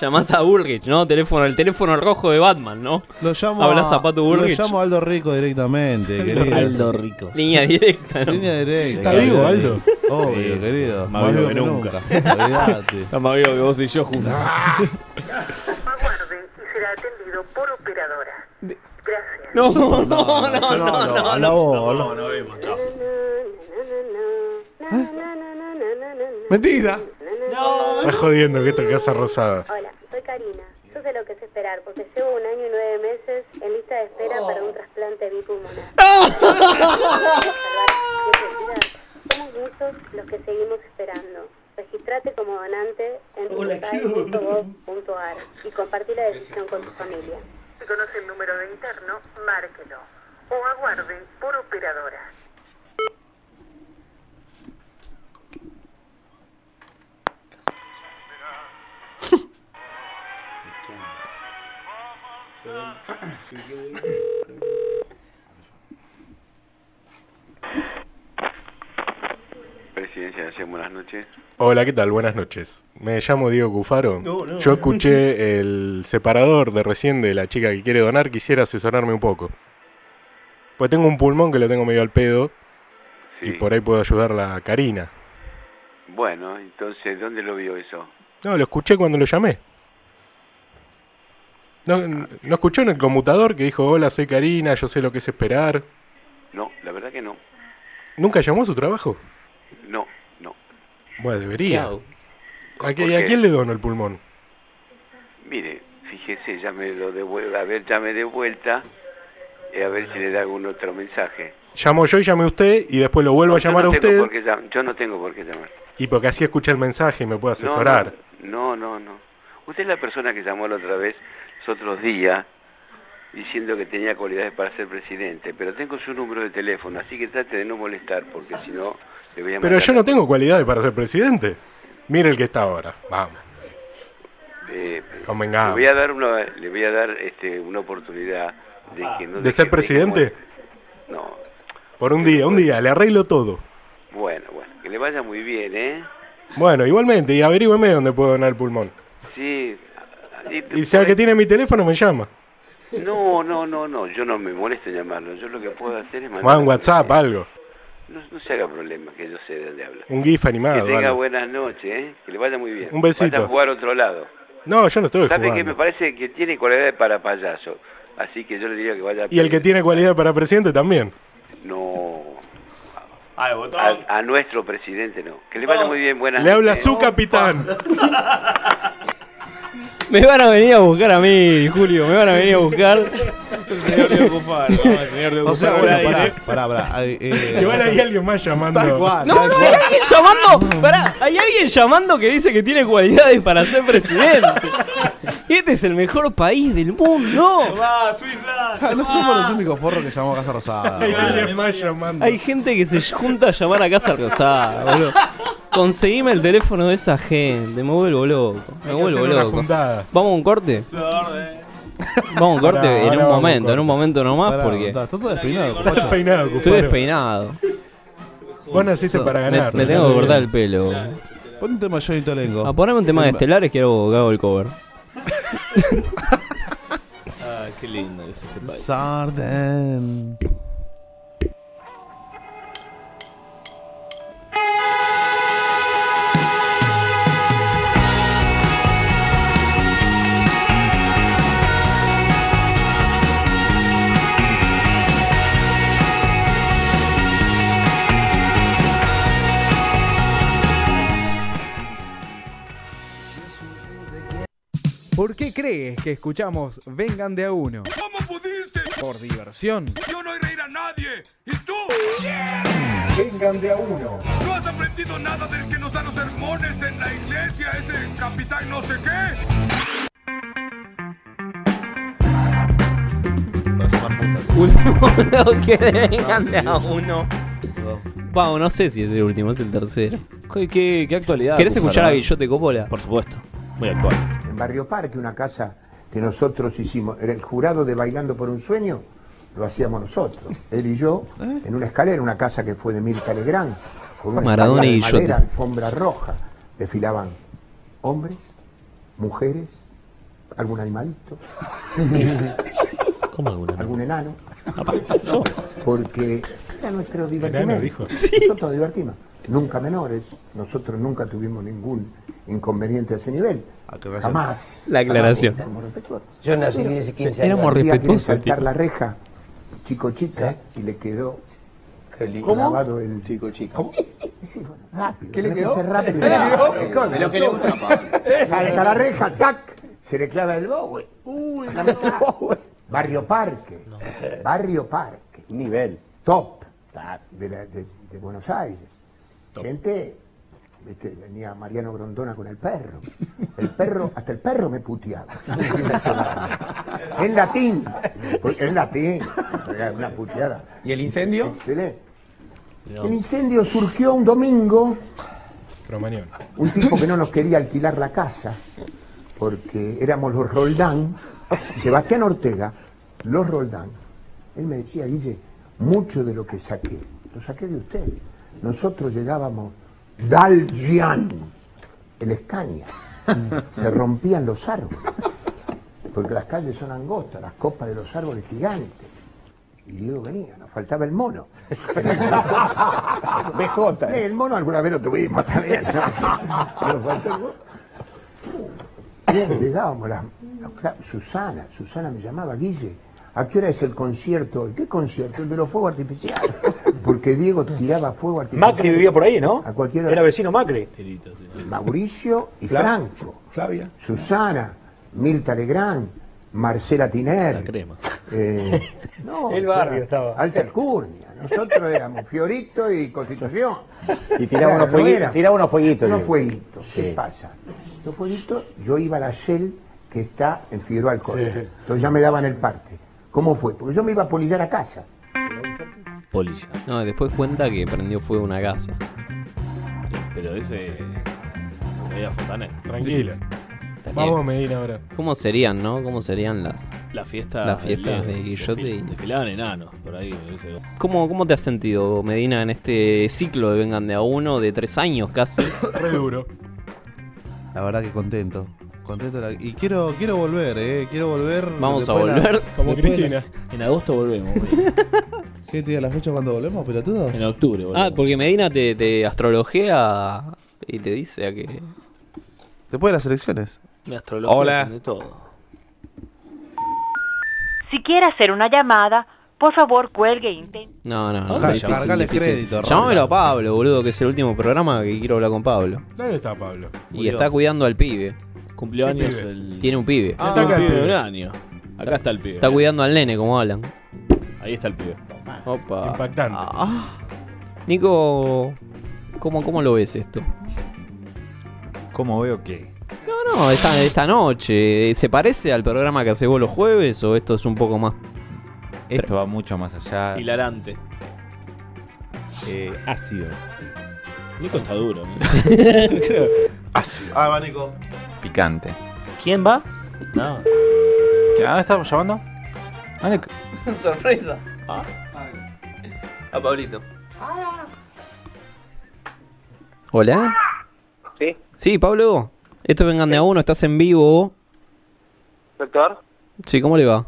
Speaker 7: llamás a Bullrich, ¿no? Teléfono, el teléfono rojo de Batman, ¿no?
Speaker 8: Lo llamo
Speaker 7: Hablas
Speaker 8: a,
Speaker 7: a Pato
Speaker 8: lo
Speaker 7: Bullrich.
Speaker 8: llamo a Aldo Rico [LAUGHS] directamente, querido.
Speaker 9: Aldo Rico.
Speaker 7: Línea directa, ¿no?
Speaker 8: Línea directa.
Speaker 1: ¿Está
Speaker 8: querido.
Speaker 1: vivo, Aldo?
Speaker 8: Obvio,
Speaker 9: Sí,
Speaker 8: querido.
Speaker 9: más vivo que nunca.
Speaker 8: [LAUGHS] Olvídate.
Speaker 9: Está más vivo que vos y yo juntos.
Speaker 7: No, no,
Speaker 8: yo
Speaker 7: no, no,
Speaker 8: no hablo,
Speaker 7: no,
Speaker 8: habla
Speaker 7: no.
Speaker 8: vos, habla vos. Mentira.
Speaker 1: Estás jodiendo que esto casa rosada.
Speaker 17: Hola, soy Karina. Yo sé lo que es esperar porque llevo un año y nueve meses en lista de espera para un
Speaker 7: [LAUGHS]
Speaker 17: trasplante bipulmonar.
Speaker 7: Ah.
Speaker 17: Somos muchos los que seguimos esperando. Registrate como donante en www.gov.ar y compartí la decisión con tu familia.
Speaker 18: Si conoce el número de interno, márquelo. O aguarde por operadora.
Speaker 6: Presidencia, de buenas noches.
Speaker 1: Hola, ¿qué tal? Buenas noches. Me llamo Diego Cufaro.
Speaker 6: No, no.
Speaker 1: Yo escuché el separador de recién de la chica que quiere donar. Quisiera asesorarme un poco. Pues tengo un pulmón que lo tengo medio al pedo. Y por ahí puedo ayudarla a Karina.
Speaker 6: Bueno, entonces, ¿dónde lo vio eso?
Speaker 1: No, lo escuché cuando lo llamé. No, no escuchó en el conmutador que dijo, hola, soy Karina, yo sé lo que es esperar.
Speaker 6: No, la verdad que no.
Speaker 1: ¿Nunca llamó a su trabajo?
Speaker 6: No, no.
Speaker 1: Bueno, debería. ¿A, qué-
Speaker 6: ¿Por
Speaker 1: y a
Speaker 6: qué?
Speaker 1: quién le dono el pulmón?
Speaker 6: Mire, fíjese, ya me lo devuelve, a ver, ya me de vuelta. eh, a ver si le da algún otro mensaje.
Speaker 1: Llamo yo y llame usted y después lo vuelvo a
Speaker 6: Yo
Speaker 1: llamar
Speaker 6: no
Speaker 1: a
Speaker 6: tengo
Speaker 1: usted.
Speaker 6: por qué llam- yo no tengo por qué llamar.
Speaker 1: Y porque así escucha el mensaje y me puede
Speaker 6: No,
Speaker 1: asesorar.
Speaker 6: No, no, no. Usted es la persona que llamó la otra vez, los otros días, diciendo que tenía cualidades para ser presidente, pero tengo su número de teléfono, así que trate de no molestar, porque si no, le voy a
Speaker 1: Pero
Speaker 6: mandar-
Speaker 1: yo no tengo cualidades para ser presidente. Mire el que está ahora. Vamos,
Speaker 6: Eh, le
Speaker 1: convengamos.
Speaker 6: voy a dar una, le voy a dar este, una oportunidad de que pues. no...
Speaker 1: ¿De
Speaker 6: deje
Speaker 1: ser presidente?
Speaker 6: No,
Speaker 1: Por un día, un
Speaker 6: pues.
Speaker 1: día, le arreglo todo.
Speaker 6: bueno, bueno, que le vaya muy bien, ¿eh?
Speaker 1: Bueno, igualmente, y averígüeme dónde puedo donar el pulmón.
Speaker 6: Sí. y-
Speaker 1: Y sea que tiene mi teléfono, me llama.
Speaker 6: No, no, no, no, yo no me molesto en llamarlo, yo lo que puedo hacer es
Speaker 1: Más
Speaker 6: mandar...
Speaker 1: un WhatsApp, algo.
Speaker 6: No, no se haga problema, que yo sé de dónde habla.
Speaker 1: Un GIF animado.
Speaker 6: Que tenga
Speaker 1: algo.
Speaker 6: buenas noches, ¿eh? que le vaya muy bien.
Speaker 1: Un besito.
Speaker 6: Vaya a jugar a otro lado.
Speaker 1: No, yo no estoy
Speaker 6: Sabe que me
Speaker 1: jugando.
Speaker 6: parece que tiene cualidades para payaso, así que yo le diría que vaya. a-
Speaker 1: Y el que tiene cualidad para presidente también.
Speaker 6: No. A, a nuestro presidente no. Que le vaya muy bien, buenas
Speaker 1: Le habla
Speaker 6: noches.
Speaker 7: [LAUGHS]
Speaker 1: su capitán.
Speaker 7: Me van a venir a buscar a mí, Julio. Me van a venir a buscar. [LAUGHS]
Speaker 8: O sea, bueno, pará, pará, pará. eh, eh,
Speaker 1: [LAUGHS] Igual hay alguien más llamando.
Speaker 8: Tal cual,
Speaker 7: No,
Speaker 8: tal
Speaker 7: no,
Speaker 8: cual.
Speaker 7: hay alguien llamando. Pará, hay alguien llamando que dice que tiene cualidades para ser presidente. Este es el mejor país del mundo.
Speaker 8: ¡Va, Suiza! Ah,
Speaker 16: Ah,
Speaker 8: no somos los únicos forros que llamamos a Casa Rosada.
Speaker 7: Hay
Speaker 8: boludo.
Speaker 7: alguien Hay gente que se junta a llamar a Casa Rosada, boludo. Conseguime el teléfono de esa gente, me vuelvo loco. Me
Speaker 1: Hay que
Speaker 7: vuelvo
Speaker 1: hacer una
Speaker 7: loco.
Speaker 1: juntada.
Speaker 7: ¿Vamos a un corte? Vamos a un corte
Speaker 8: Pará, ahora
Speaker 7: en un
Speaker 8: vamos a un
Speaker 7: momento, en
Speaker 8: corte.
Speaker 7: un momento nomás
Speaker 8: Pará,
Speaker 7: porque.
Speaker 8: está- está todo despeinado,
Speaker 7: Estoy
Speaker 8: Pacho.
Speaker 1: despeinado,
Speaker 7: Estoy
Speaker 1: Cufaro.
Speaker 7: despeinado.
Speaker 1: Vos naciste para
Speaker 7: Me-
Speaker 1: ganar.
Speaker 7: Me, tengo que cortar el pelo.
Speaker 8: Pon un tema de Johnny Tolengo.
Speaker 7: A ponerme un tema de estelares que hago, que hago el cover.
Speaker 9: Ah, qué lindo que es
Speaker 8: Eh,
Speaker 9: este país.
Speaker 8: Sarden.
Speaker 16: ¿Por qué crees que escuchamos Vengan de a uno?
Speaker 15: ¿Cómo pudiste?
Speaker 16: Por diversión.
Speaker 15: Yo no iré a reír a nadie. ¿Y tú?
Speaker 16: Vengan de a uno.
Speaker 15: ¿No has aprendido nada del que nos da los sermones en la iglesia? Ese capitán no sé qué.
Speaker 7: Último [LAUGHS] bloque de Vengan de a
Speaker 9: Ah,
Speaker 7: uno. Vamos, no sé si es el último, es el tercero.
Speaker 9: ¿Qué, qué, qué actualidad?
Speaker 7: ¿Querés
Speaker 9: Cufaro?
Speaker 7: escuchar a Guillote Coppola?
Speaker 9: Por supuesto. Muy actual.
Speaker 3: En Barrio Parque, una casa que nosotros hicimos, era el jurado de Bailando por un Sueño, lo hacíamos nosotros, él y yo, en una escalera, una casa que fue de Mirta Legrand, con una
Speaker 7: Maradona
Speaker 3: escalera
Speaker 7: y
Speaker 3: de
Speaker 7: Guillote.
Speaker 3: madera, alfombra roja, desfilaban hombres, mujeres, algún animalito,
Speaker 9: [LAUGHS] ¿Cómo alguna?
Speaker 3: algún enano, porque era nuestro divertimento.
Speaker 9: Enano, dijo.
Speaker 3: Nosotros nos divertimos, nunca menores, nosotros nunca tuvimos ningún inconveniente a ese nivel, jamás.
Speaker 7: La aclaración.
Speaker 3: Éramos respetuosos.
Speaker 7: Ah, Yo nací en ese 15 años. Éramos
Speaker 3: Éramos
Speaker 7: respetuosos,
Speaker 3: respetuosos. saltar
Speaker 7: tío.
Speaker 3: la reja, chico chica,
Speaker 15: ¿Eh?
Speaker 3: y le quedó grabado el chico chica. Rápido,
Speaker 15: Ah, ¿Qué le
Speaker 3: tenés
Speaker 15: quedó?
Speaker 3: que ser rápido.
Speaker 15: ¿Qué le quedó?
Speaker 3: Eh, con-
Speaker 15: De lo que le gusta, Pablo.
Speaker 3: Salta la reja, tac, se le clava el bowie. [LAUGHS] Uy, la mitad. Barrio Parque, Barrio Parque. Nivel. Top de, la- de- de Buenos Aires. Gente, viste, venía Mariano Grondona con el perro. El perro, hasta el perro me [LAUGHS] puteaba. En latín. Pues, En latín. Era Una puteada. ¿Y el incendio? El incendio surgió un domingo.
Speaker 1: Cromañón.
Speaker 3: Un tipo que no nos quería alquilar la casa, porque éramos los Roldán. [LAUGHS] Sebastián Ortega, los Roldán. Él me decía, Guille, mucho de lo que saqué, lo saqué de usted. Nosotros llegábamos Dalgian, el Escaña. Se rompían los árboles, porque las calles son angostas, las copas de los árboles gigantes. Y Diego venía, nos faltaba el mono. BJ. El mono alguna vez lo tuvimos también.
Speaker 5: [LAUGHS]
Speaker 3: Nos faltó el mono. Bien, llegábamos, la- la- la- Susana, Susana me llamaba, Guille, ¿a qué hora es el concierto? ¿Qué concierto? El de los fuegos
Speaker 19: [LAUGHS]
Speaker 3: artificiales. Porque Diego tiraba fuego artificial.
Speaker 19: Macri vivía por ahí, ¿no?
Speaker 3: A cualquier hora.
Speaker 19: Era vecino Macri.
Speaker 3: Mauricio y
Speaker 19: Fla-
Speaker 3: Franco. Flavia. Susana, Mirta Legrand, Marcela Tiner.
Speaker 19: [LAUGHS]
Speaker 3: Eh,
Speaker 20: El barrio estaba.
Speaker 3: Alta alcurnia. Nosotros éramos Fiorito y Constitución.
Speaker 19: Y tiraba unos
Speaker 3: Claro,
Speaker 19: fuegui-
Speaker 3: era.
Speaker 19: tiraba unos fueguitos,
Speaker 3: Unos
Speaker 19: digo.
Speaker 3: fueguitos. ¿Qué
Speaker 19: Sí.
Speaker 3: pasa? Los fueguitos, yo iba a la Shell que está en Figueroa Alcoy. Entonces ya me daban el parte. ¿Cómo fue? Porque yo me iba a polillar a casa.
Speaker 7: Polilla. No, después cuenta que prendió fuego una gasa.
Speaker 9: Pero ese. Era Fontanet.
Speaker 1: Tranquilo.
Speaker 7: Está
Speaker 1: Vamos a
Speaker 7: bien.
Speaker 1: Medina ahora.
Speaker 7: ¿Cómo serían, no? ¿Cómo serían las,
Speaker 9: La fiesta.
Speaker 7: las fiestas
Speaker 9: del-
Speaker 7: de Guillote? y-
Speaker 9: Desfilaban enanos, por ahí. me parece.
Speaker 7: ¿Cómo, ¿Cómo te has sentido, Medina, en este ciclo de Vengan de a uno de tres años casi?
Speaker 1: Re duro.
Speaker 8: La verdad que contento. Contento. de la- Y quiero, quiero volver, eh. Quiero volver.
Speaker 7: Vamos a
Speaker 8: después de la-
Speaker 7: volver.
Speaker 9: Como
Speaker 8: después de la-
Speaker 9: En agosto volvemos.
Speaker 8: ¿Qué te da la fecha cuando volvemos, pelotudo?
Speaker 9: En octubre,
Speaker 7: Ah, porque Medina te, te astrologea y te dice a que...
Speaker 8: Después de las elecciones.
Speaker 9: Me astrología
Speaker 7: Hola.
Speaker 9: De todo.
Speaker 21: Si quiere hacer una llamada, por favor cuelgue e intente.
Speaker 7: No, no, no.
Speaker 8: Calla,
Speaker 7: difícil,
Speaker 8: cargale
Speaker 7: difícil.
Speaker 8: crédito, Ron.
Speaker 7: Llamámelo a Pablo, boludo, que es el último programa que quiero hablar con Pablo.
Speaker 1: ¿Dónde está Pablo?
Speaker 7: Y
Speaker 9: Murió.
Speaker 7: está cuidando al pibe.
Speaker 9: Cumplió
Speaker 7: ¿Qué
Speaker 9: años
Speaker 7: pibe?
Speaker 9: el-
Speaker 7: Tiene un pibe.
Speaker 9: Ah, Está acá el pibe de un año. Acá está el pibe.
Speaker 7: Está cuidando al nene, como hablan.
Speaker 9: Ahí está el pibe.
Speaker 7: Opa.
Speaker 1: Impactante.
Speaker 7: Ah. Nico, ¿cómo, ¿cómo lo ves esto?
Speaker 11: ¿Cómo veo que?
Speaker 7: No, no, esta, esta noche. ¿Se parece al programa que hace vos los jueves o esto es un poco más
Speaker 11: Esto va mucho más
Speaker 7: Ah.
Speaker 11: allá.
Speaker 9: Hilarante.
Speaker 11: Eh, ácido.
Speaker 9: Nico está duro. ¿eh? ¿no? [LAUGHS]
Speaker 8: Ácido. Ah, va, Nico.
Speaker 11: Picante.
Speaker 9: ¿Quién va? No.
Speaker 11: ¿Qué? ¿Ah, estamos llamando? Ah, Nico.
Speaker 7: [LAUGHS] Sorpresa. A Pablito. Ah. Hola.
Speaker 10: Sí.
Speaker 7: Sí, Pablo. Esto es vengan de a uno, estás en vivo.
Speaker 10: Doctor,
Speaker 7: Sí, ¿cómo le va?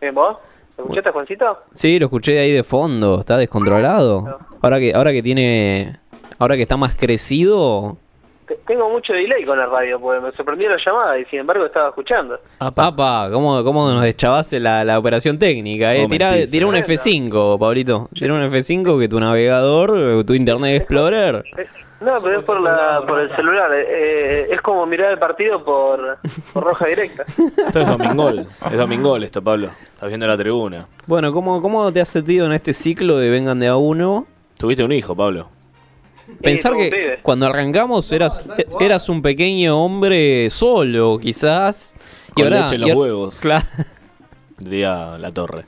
Speaker 10: ¿bien vos? ¿Me escuchaste, Juancito?
Speaker 7: Sí, lo escuché ahí de fondo, está descontrolado. Ahora que ahora que tiene ahora que está más crecido.
Speaker 10: Te- Tengo mucho delay con la radio, porque me sorprendió la llamada y sin embargo estaba escuchando.
Speaker 7: Papá, ¿cómo, cómo nos deschavaste la, la operación técnica? Eh?
Speaker 10: No,
Speaker 7: Tirá,
Speaker 10: mentís.
Speaker 7: tirá un
Speaker 10: Bueno.
Speaker 7: F5, Pablito. Tirá un F5 que tu navegador, eh, tu Internet Explorer.
Speaker 10: No, pero es por, la, por el celular. eh, eh, es como mirar el partido [LAUGHS] por, por roja directa.
Speaker 9: Esto es Domingol. Es Domingol esto, Pablo. Estás viendo la tribuna.
Speaker 7: Bueno, ¿cómo, ¿cómo te has sentido en este ciclo de Vengan de a uno?
Speaker 9: Tuviste un hijo, Pablo.
Speaker 7: Pensar
Speaker 9: tengo un
Speaker 7: que
Speaker 9: pibe.
Speaker 7: cuando arrancamos eras, eras un pequeño hombre solo, quizás.
Speaker 9: Con leche en los
Speaker 7: y ahora-
Speaker 9: huevos.
Speaker 7: Claro.
Speaker 9: Diría la torre.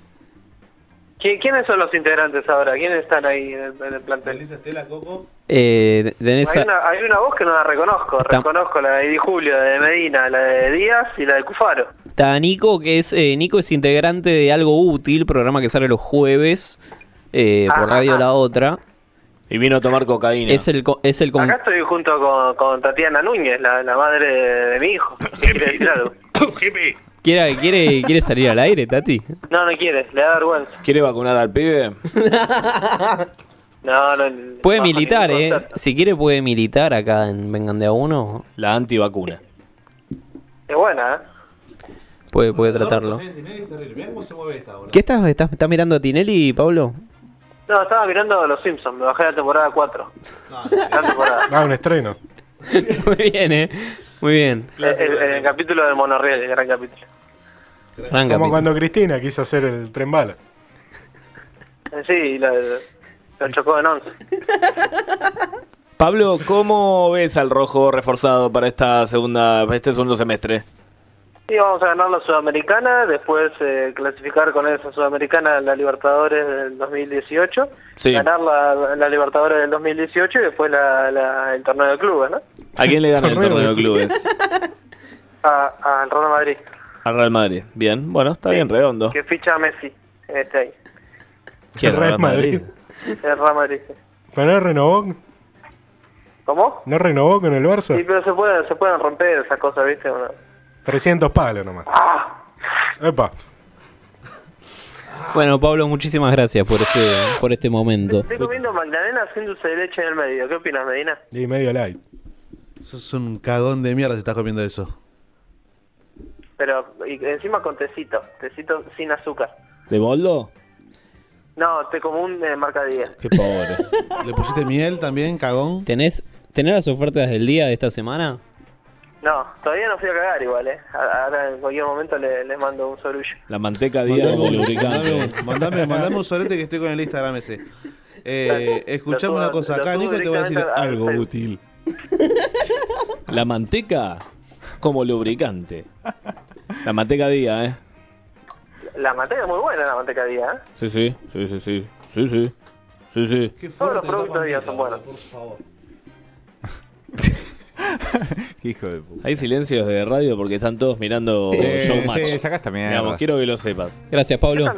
Speaker 10: ¿Qui- ¿Quiénes son los integrantes ahora? ¿Quiénes están ahí en el, en el plantel?
Speaker 8: Estela, Coco.
Speaker 7: Eh, tenés
Speaker 10: Hay
Speaker 7: a-
Speaker 10: una, hay una voz que no la reconozco.
Speaker 7: Está-
Speaker 10: Reconozco la de Di Julio, la de Medina, la de Díaz y la de Cufaro.
Speaker 7: Está Nico, que es eh, Nico es integrante de Algo Útil, programa que sale los jueves eh, por Radio La Otra.
Speaker 9: Y vino a tomar cocaína.
Speaker 7: Es el, co- es el con-
Speaker 10: Acá estoy junto con, con Tatiana Núñez, la, la madre de, de mi hijo. ¿Quiere decir algo?
Speaker 7: ¿Quiere, quiere, quiere salir al aire, Tati?
Speaker 10: No, no quiere, le da vergüenza. [LAUGHS]
Speaker 9: ¿Quiere vacunar al pibe?
Speaker 10: No, no.
Speaker 7: Puede
Speaker 10: bajo
Speaker 7: militar,
Speaker 10: ningún
Speaker 7: ¿eh?
Speaker 10: concepto.
Speaker 7: Si quiere puede militar acá en Vengan de a uno.
Speaker 9: La antivacuna.
Speaker 10: Es buena, ¿eh?
Speaker 7: Puede, puede tratarlo. ¿Qué estás, estás, estás mirando a Tinelli, Pablo?
Speaker 10: No, estaba mirando Los Simpsons, me bajé la temporada 4. La temporada.
Speaker 1: Ah, un estreno.
Speaker 7: [LAUGHS] Muy bien, ¿eh? Muy bien.
Speaker 10: El, el- el capítulo del monorriel, el gran capítulo.
Speaker 7: Gran
Speaker 1: Como
Speaker 7: capítulo.
Speaker 1: cuando Cristina quiso hacer el tren bala.
Speaker 10: Eh, Sí, lo, lo chocó en 11.
Speaker 9: Pablo, ¿cómo ves al rojo reforzado para esta segunda, para este segundo semestre?
Speaker 10: Y vamos a ganar la Sudamericana, después eh, clasificar con esa Sudamericana la Libertadores del 2018,
Speaker 9: Sí.
Speaker 10: ganar la, la Libertadores del 2018 y después la, la- el torneo de clubes, ¿no?
Speaker 9: ¿A quién le gana el torneo de clubes?
Speaker 10: A- Al Real Madrid,
Speaker 9: Al Real Madrid. Bien, bueno, está bien, redondo.
Speaker 10: que ficha a Messi en este año.
Speaker 9: ¿Quién?
Speaker 1: Real Madrid.
Speaker 10: El Real Madrid. sí.
Speaker 1: ¿Pero no renovó?
Speaker 10: ¿Cómo?
Speaker 1: ¿No renovó con el Barça?
Speaker 10: Sí, pero se pueden, se pueden romper esas cosas, ¿viste? Bueno,
Speaker 1: 300 palos nomás. Epa.
Speaker 7: Bueno, Pablo, muchísimas gracias por este, por este momento.
Speaker 10: Estoy comiendo magdalena sin dulce de leche en el medio. ¿Qué opinas, Medina?
Speaker 1: Y medio light.
Speaker 8: Sos un cagón de mierda si estás comiendo eso.
Speaker 10: Pero y encima con tecito, tecito sin azúcar.
Speaker 9: ¿De Boldo?
Speaker 10: No, té común de eh, marca 10.
Speaker 9: Qué pobre.
Speaker 8: ¿Le pusiste miel también, cagón?
Speaker 7: ¿Tenés, ¿Tenés las ofertas del día de esta semana?
Speaker 10: No, todavía no fui a cagar igual, ¿eh? A- Ahora en cualquier momento le- les mando un sorullo.
Speaker 9: La manteca día como lubricante.
Speaker 8: mandame, [LAUGHS] mandame, mandame un sorete que estoy con el Instagram ese. Eh, escuchame una cosa, acá Nico te voy a decir algo
Speaker 9: útil. La manteca como lubricante. La manteca día, ¿eh?
Speaker 10: La manteca es muy buena, la manteca día, ¿eh?
Speaker 9: Sí, sí, sí, sí, sí. Sí, sí. Sí, sí.
Speaker 10: Todos los productos día son buenos. Por favor.
Speaker 9: hijo de Hay silencios de radio porque están todos mirando
Speaker 11: Eh,
Speaker 9: Showmatch.
Speaker 11: sí, sacá esta mierda.
Speaker 9: Digamos, quiero que lo sepas.
Speaker 7: Gracias, Pablo.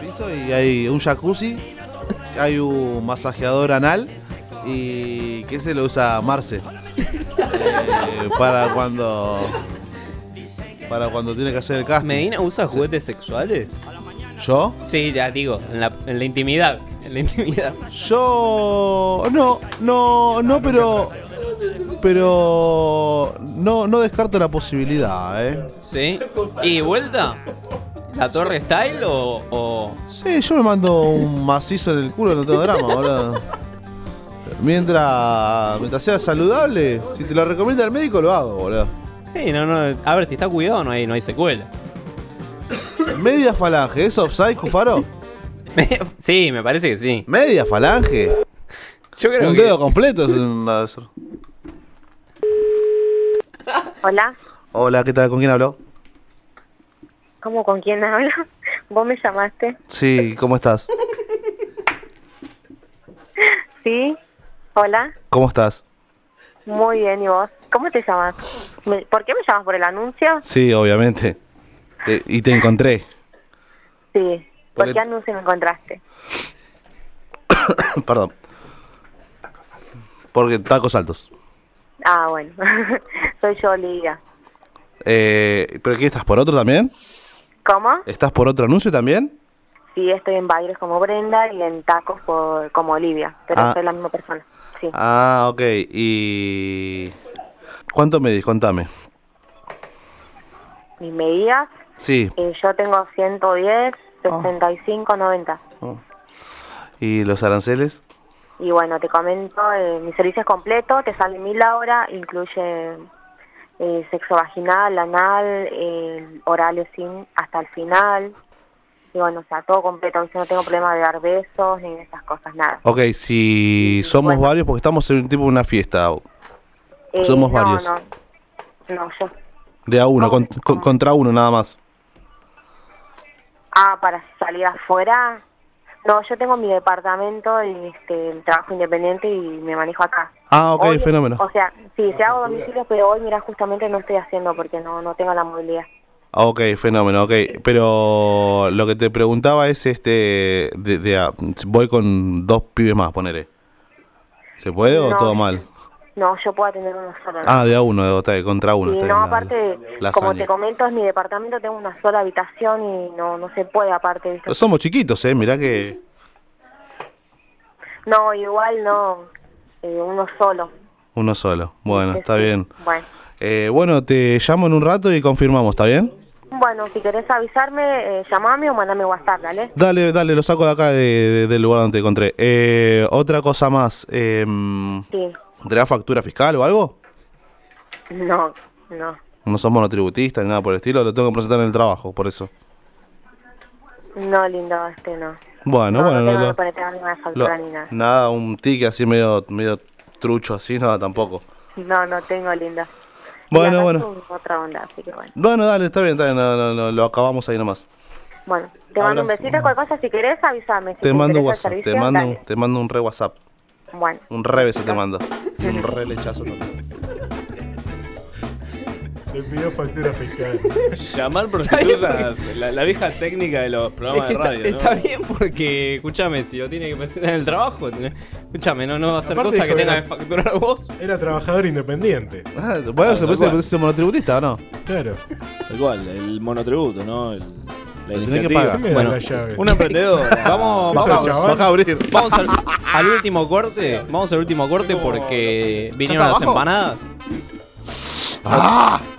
Speaker 8: piso y hay un jacuzzi, hay un masajeador anal y que se lo usa Marce [LAUGHS] Eh, para cuando para cuando tiene que hacer el casting.
Speaker 7: ¿Medina usa juguetes sexuales?
Speaker 8: ¿Yo?
Speaker 7: Sí, ya digo, en la, en la intimidad. En la intimidad.
Speaker 8: Yo no, no, no, pero pero no no descarto la posibilidad, ¿eh?
Speaker 7: ¿Sí? ¿Y vuelta? ¿La torre style o.? o-
Speaker 8: Sí, yo me mando un macizo en el culo, no tengo drama, boludo. Mientras, mientras sea saludable, si te lo recomienda el médico, lo hago, boludo.
Speaker 7: Sí, no, no. A ver, si está cuidado, no hay, no hay secuela.
Speaker 8: Media falange, ¿es offside, Cufaro?
Speaker 7: sí, me parece que sí.
Speaker 8: Media falange.
Speaker 7: Yo creo
Speaker 8: un
Speaker 21: [LAUGHS]
Speaker 7: que-
Speaker 8: dedo completo. es una-
Speaker 17: Hola,
Speaker 8: Hola, ¿qué tal? ¿Con quién habló?
Speaker 17: ¿cómo con quién hablo? [LAUGHS] ¿Vos me llamaste?
Speaker 8: Sí, ¿cómo estás?
Speaker 17: ¿Sí? Hola,
Speaker 8: ¿Cómo estás?
Speaker 17: muy bien, ¿y vos? ¿Cómo te llamas? Me- ¿Por qué me llamas por el anuncio?
Speaker 8: Sí, obviamente. Te- Eh, y te encontré.
Speaker 17: Sí.
Speaker 8: Por
Speaker 17: ¿Por
Speaker 8: el-
Speaker 17: qué anuncio me encontraste?
Speaker 8: [COUGHS] Perdón. Porque tacos altos.
Speaker 17: Ah, bueno. [LAUGHS] Soy yo, Olivia.
Speaker 8: Eh, ¿Pero qué estás por otro también?
Speaker 17: ¿Cómo?
Speaker 8: ¿Estás por otro anuncio también?
Speaker 17: Sí, estoy en bailes como Brenda y en tacos por, como Olivia, pero
Speaker 8: Ah.
Speaker 17: soy la misma persona. Sí.
Speaker 8: Ah, ok. ¿Y cuánto medís? Contame.
Speaker 17: Mis medidas,
Speaker 8: Sí. Ah.
Speaker 17: eh, yo tengo 110, 65, 90.
Speaker 8: ¿Y los aranceles?
Speaker 17: Y bueno, te comento, eh, mi servicio es completo, te sale mil la hora, incluye eh, sexo vaginal, anal, eh, orales sin, hasta el final. Y bueno, o sea, todo completo, yo no tengo problema de dar besos ni de esas cosas, nada.
Speaker 8: Ok, si somos varios, porque estamos en un tipo de una fiesta.
Speaker 17: Eh,
Speaker 8: Somos
Speaker 17: no,
Speaker 8: varios.
Speaker 17: No, no, yo.
Speaker 8: De a uno, con- con- contra uno nada más.
Speaker 17: Ah, para salir afuera. No, yo tengo mi departamento y este, el trabajo independiente y me manejo acá.
Speaker 8: Ah, ok,
Speaker 17: Hoy-
Speaker 8: fenómeno.
Speaker 17: O sea, sí, se hago domicilios, pero hoy, mira, justamente no estoy haciendo porque no, no tengo la movilidad.
Speaker 8: Ah, Ok, fenómeno, ok. Pero lo que te preguntaba es este, de, de a- voy con dos pibes más, ponele. ¿Se puede o
Speaker 17: No.
Speaker 8: todo mal?
Speaker 17: No, yo puedo atender uno solo. ¿no?
Speaker 8: Ah, de a uno, de otra, contra uno.
Speaker 17: y
Speaker 8: está
Speaker 17: no,
Speaker 8: bien, la-
Speaker 17: aparte,
Speaker 8: la
Speaker 17: como
Speaker 8: hazaña.
Speaker 17: te comento, es mi departamento, tengo una sola habitación y no, no se puede aparte. ¿viste?
Speaker 8: Somos chiquitos, eh, mirá que...
Speaker 17: No, igual no, eh, uno solo.
Speaker 8: Uno solo. Bueno,
Speaker 17: Sí,
Speaker 8: está
Speaker 17: sí.
Speaker 8: bien.
Speaker 17: Bueno.
Speaker 8: Eh, bueno, te llamo en un rato y confirmamos, ¿está bien?
Speaker 17: Bueno, si querés avisarme, eh, llamame o mandame WhatsApp, ¿dale?
Speaker 8: Dale, dale, lo saco de acá de- de- del lugar donde te encontré. Eh, otra cosa más. Eh,
Speaker 17: Sí.
Speaker 8: ¿Tendrás factura fiscal o algo?
Speaker 17: No, no.
Speaker 8: No somos monotributistas ni nada por el estilo, lo tengo que presentar en el trabajo, por eso.
Speaker 17: No, lindo, este no.
Speaker 8: Bueno, bueno,
Speaker 17: no,
Speaker 8: no,
Speaker 17: tengo
Speaker 8: lo-
Speaker 17: que poner ninguna
Speaker 8: lo-
Speaker 17: factura ni nada.
Speaker 8: nada, un ticket así medio, medio trucho así, nada tampoco.
Speaker 17: No, no tengo, linda.
Speaker 8: Bueno, bueno.
Speaker 17: Otra onda, así que bueno.
Speaker 8: Bueno, dale, está bien, está bien, no, no, no, lo acabamos ahí nomás.
Speaker 17: Bueno, te mando un
Speaker 8: Abrazo.
Speaker 17: besito, cualquier cosa, si querés avísame. Si
Speaker 8: Te mando un
Speaker 17: interesa
Speaker 8: WhatsApp,
Speaker 17: el
Speaker 8: te
Speaker 17: servicio,
Speaker 8: mando, un-
Speaker 17: dale.
Speaker 8: te mando un re WhatsApp,
Speaker 17: Bueno,
Speaker 8: un re beso te mando. Y Un re lechazo también.
Speaker 1: Le pidió factura fiscal.
Speaker 9: Llamar
Speaker 7: [LAUGHS]
Speaker 9: prostitutas, la, la vieja técnica de los programas
Speaker 7: Es que
Speaker 9: de
Speaker 7: está,
Speaker 9: radio. ¿no?
Speaker 7: está bien porque, escúchame, si lo tiene que presentar en el trabajo, tiene- escúchame, no, no va a ser
Speaker 1: Aparte
Speaker 7: cosa que
Speaker 1: dijo
Speaker 7: tenga
Speaker 1: era-
Speaker 7: que facturar vos.
Speaker 1: Era trabajador independiente.
Speaker 8: Ah, bueno, se puede ser puede ser monotributista o no?
Speaker 1: Claro.
Speaker 9: Igual, el monotributo, ¿no? El, la
Speaker 8: tenés que
Speaker 9: iniciativa.
Speaker 8: pagar. ¿Quién me da la llave? [LAUGHS]
Speaker 9: un emprendedor.
Speaker 7: Vamos,
Speaker 9: Eso,
Speaker 7: vamos,
Speaker 9: chaval.
Speaker 7: vamos, vamos al, al último corte. Vamos al último corte porque vinieron
Speaker 9: ¿Ya
Speaker 7: las
Speaker 9: está abajo?
Speaker 7: empanadas.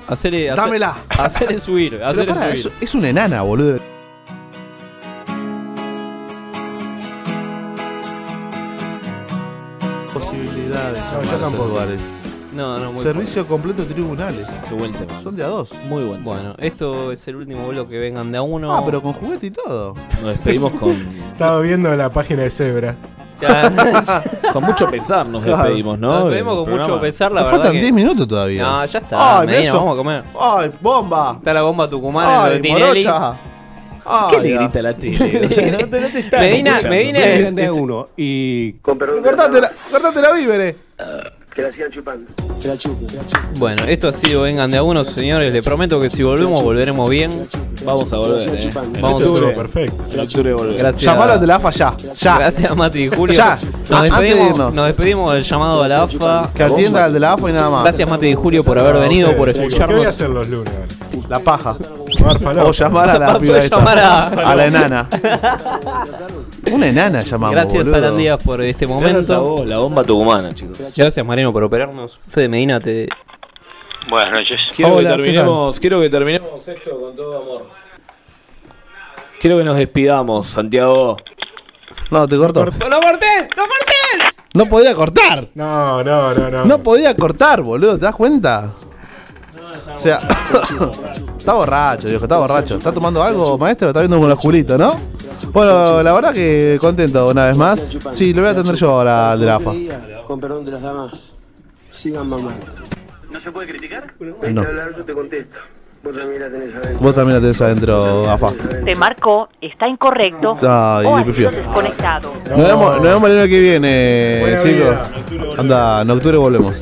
Speaker 7: Hacele, hace-
Speaker 8: Dámela.
Speaker 7: Hacele subir,
Speaker 8: ¡Ah! Pero
Speaker 7: hacele
Speaker 8: pará,
Speaker 7: subir.
Speaker 8: es, es una enana, boludo. Posibilidades.
Speaker 7: No, yo
Speaker 8: llamar a estos
Speaker 7: tampoco.
Speaker 8: lugares.
Speaker 7: No, no, muy
Speaker 8: Servicio completo
Speaker 7: [LAUGHS]
Speaker 8: tribunales.
Speaker 7: Qué buen tema.
Speaker 8: Son de a dos.
Speaker 7: Muy bueno. Bueno, esto es el último vuelo que vengan de a uno.
Speaker 8: Ah, pero con juguete y todo.
Speaker 7: Nos despedimos
Speaker 8: [LAUGHS]
Speaker 7: con.
Speaker 1: Estaba viendo la página de Zebra. [LAUGHS]
Speaker 9: Con mucho pesar nos
Speaker 1: Claro.
Speaker 9: despedimos, ¿no?
Speaker 7: Nos
Speaker 9: Del
Speaker 7: despedimos con mucho
Speaker 9: programa.
Speaker 7: pesar, la
Speaker 8: Nos
Speaker 7: verdad.
Speaker 8: faltan
Speaker 7: que-
Speaker 8: 10 minutos todavía.
Speaker 7: No, ya está.
Speaker 8: Ay,
Speaker 7: Medina,
Speaker 8: beso.
Speaker 7: vamos a comer.
Speaker 8: ¡Ay, bomba!
Speaker 7: Está la bomba tucumana
Speaker 8: Ay,
Speaker 7: de Tinelli.
Speaker 8: morocha. Ay, ah.
Speaker 9: ¿Qué le grita la
Speaker 8: [LAUGHS]
Speaker 9: tele? O sea, no te, no te
Speaker 7: [LAUGHS]
Speaker 9: están
Speaker 7: Medina-
Speaker 9: escuchando.
Speaker 7: Medina es- Vengan de es-
Speaker 5: uno y.
Speaker 8: Cortátela, cortátela, víveres.
Speaker 15: Ah, Que la sigan chupando. Que la chupen.
Speaker 7: Bueno, esto ha sido Vengan de a uno, señores. Les prometo que si volvemos, volveremos bien. Vamos a volver, eh.
Speaker 8: Este
Speaker 7: Vamos a
Speaker 9: Estuvo
Speaker 7: volver.
Speaker 1: perfecto.
Speaker 7: Gracias.
Speaker 8: Llamalo ante la AFA ya. Ya.
Speaker 7: Gracias, Mati y Julio.
Speaker 8: Ya.
Speaker 7: Nos
Speaker 8: Ah, antes de
Speaker 7: despedimos,
Speaker 8: irnos.
Speaker 7: nos despedimos del llamado a la AFA.
Speaker 8: Que atienda al de la AFA y nada más.
Speaker 7: Gracias, Mati y Julio, por haber venido, por
Speaker 1: Ah, ¿Qué voy a
Speaker 7: escucharnos.
Speaker 1: hacer los lunes?
Speaker 8: La paja.
Speaker 1: falopa.
Speaker 8: O llamar
Speaker 7: [LAUGHS]
Speaker 8: a la
Speaker 1: Pato,
Speaker 8: piba esta.
Speaker 1: llamar a-
Speaker 8: A la enana. Una enana llamamos.
Speaker 7: Gracias,
Speaker 8: boludo.
Speaker 7: Alan Díaz, por este
Speaker 9: Gracias a
Speaker 7: momento.
Speaker 9: vos, la bomba tucumana, chicos.
Speaker 7: Gracias, Mariano, por operarnos. Fede Medina, te.
Speaker 6: Buenas noches.
Speaker 9: Quiero
Speaker 7: Hola,
Speaker 9: que
Speaker 7: ¿qué
Speaker 9: terminemos, quiero que terminemos esto con todo amor. Quiero que nos despidamos, Santiago.
Speaker 8: No, te corto.
Speaker 7: ¡No cortes! ¡No cortes!
Speaker 8: No podía cortar.
Speaker 1: No, no, no, no.
Speaker 8: No podía cortar, boludo. ¿Te das cuenta? O sea, [LAUGHS] está borracho, viejo, está borracho. ¿Está tomando algo, maestro? Está viendo con los culitos, ¿no? Bueno, la verdad que contento una vez más. Ah, Sí, lo voy a atender yo ahora al de la AFA.
Speaker 15: Con perdón de las damas. Sigan mamando. ¿No se puede criticar? Vete
Speaker 8: No.
Speaker 15: a hablar, yo te contesto. Vos también la tenés adentro.
Speaker 8: Vos también la tenés adentro, AFA.
Speaker 21: Te marcó, está incorrecto
Speaker 8: Ay,
Speaker 21: o ha
Speaker 8: le
Speaker 21: sido
Speaker 8: pifió.
Speaker 21: desconectado.
Speaker 8: Nos vemos, nos vemos el año que viene, chicos. Anda, en octubre volvemos.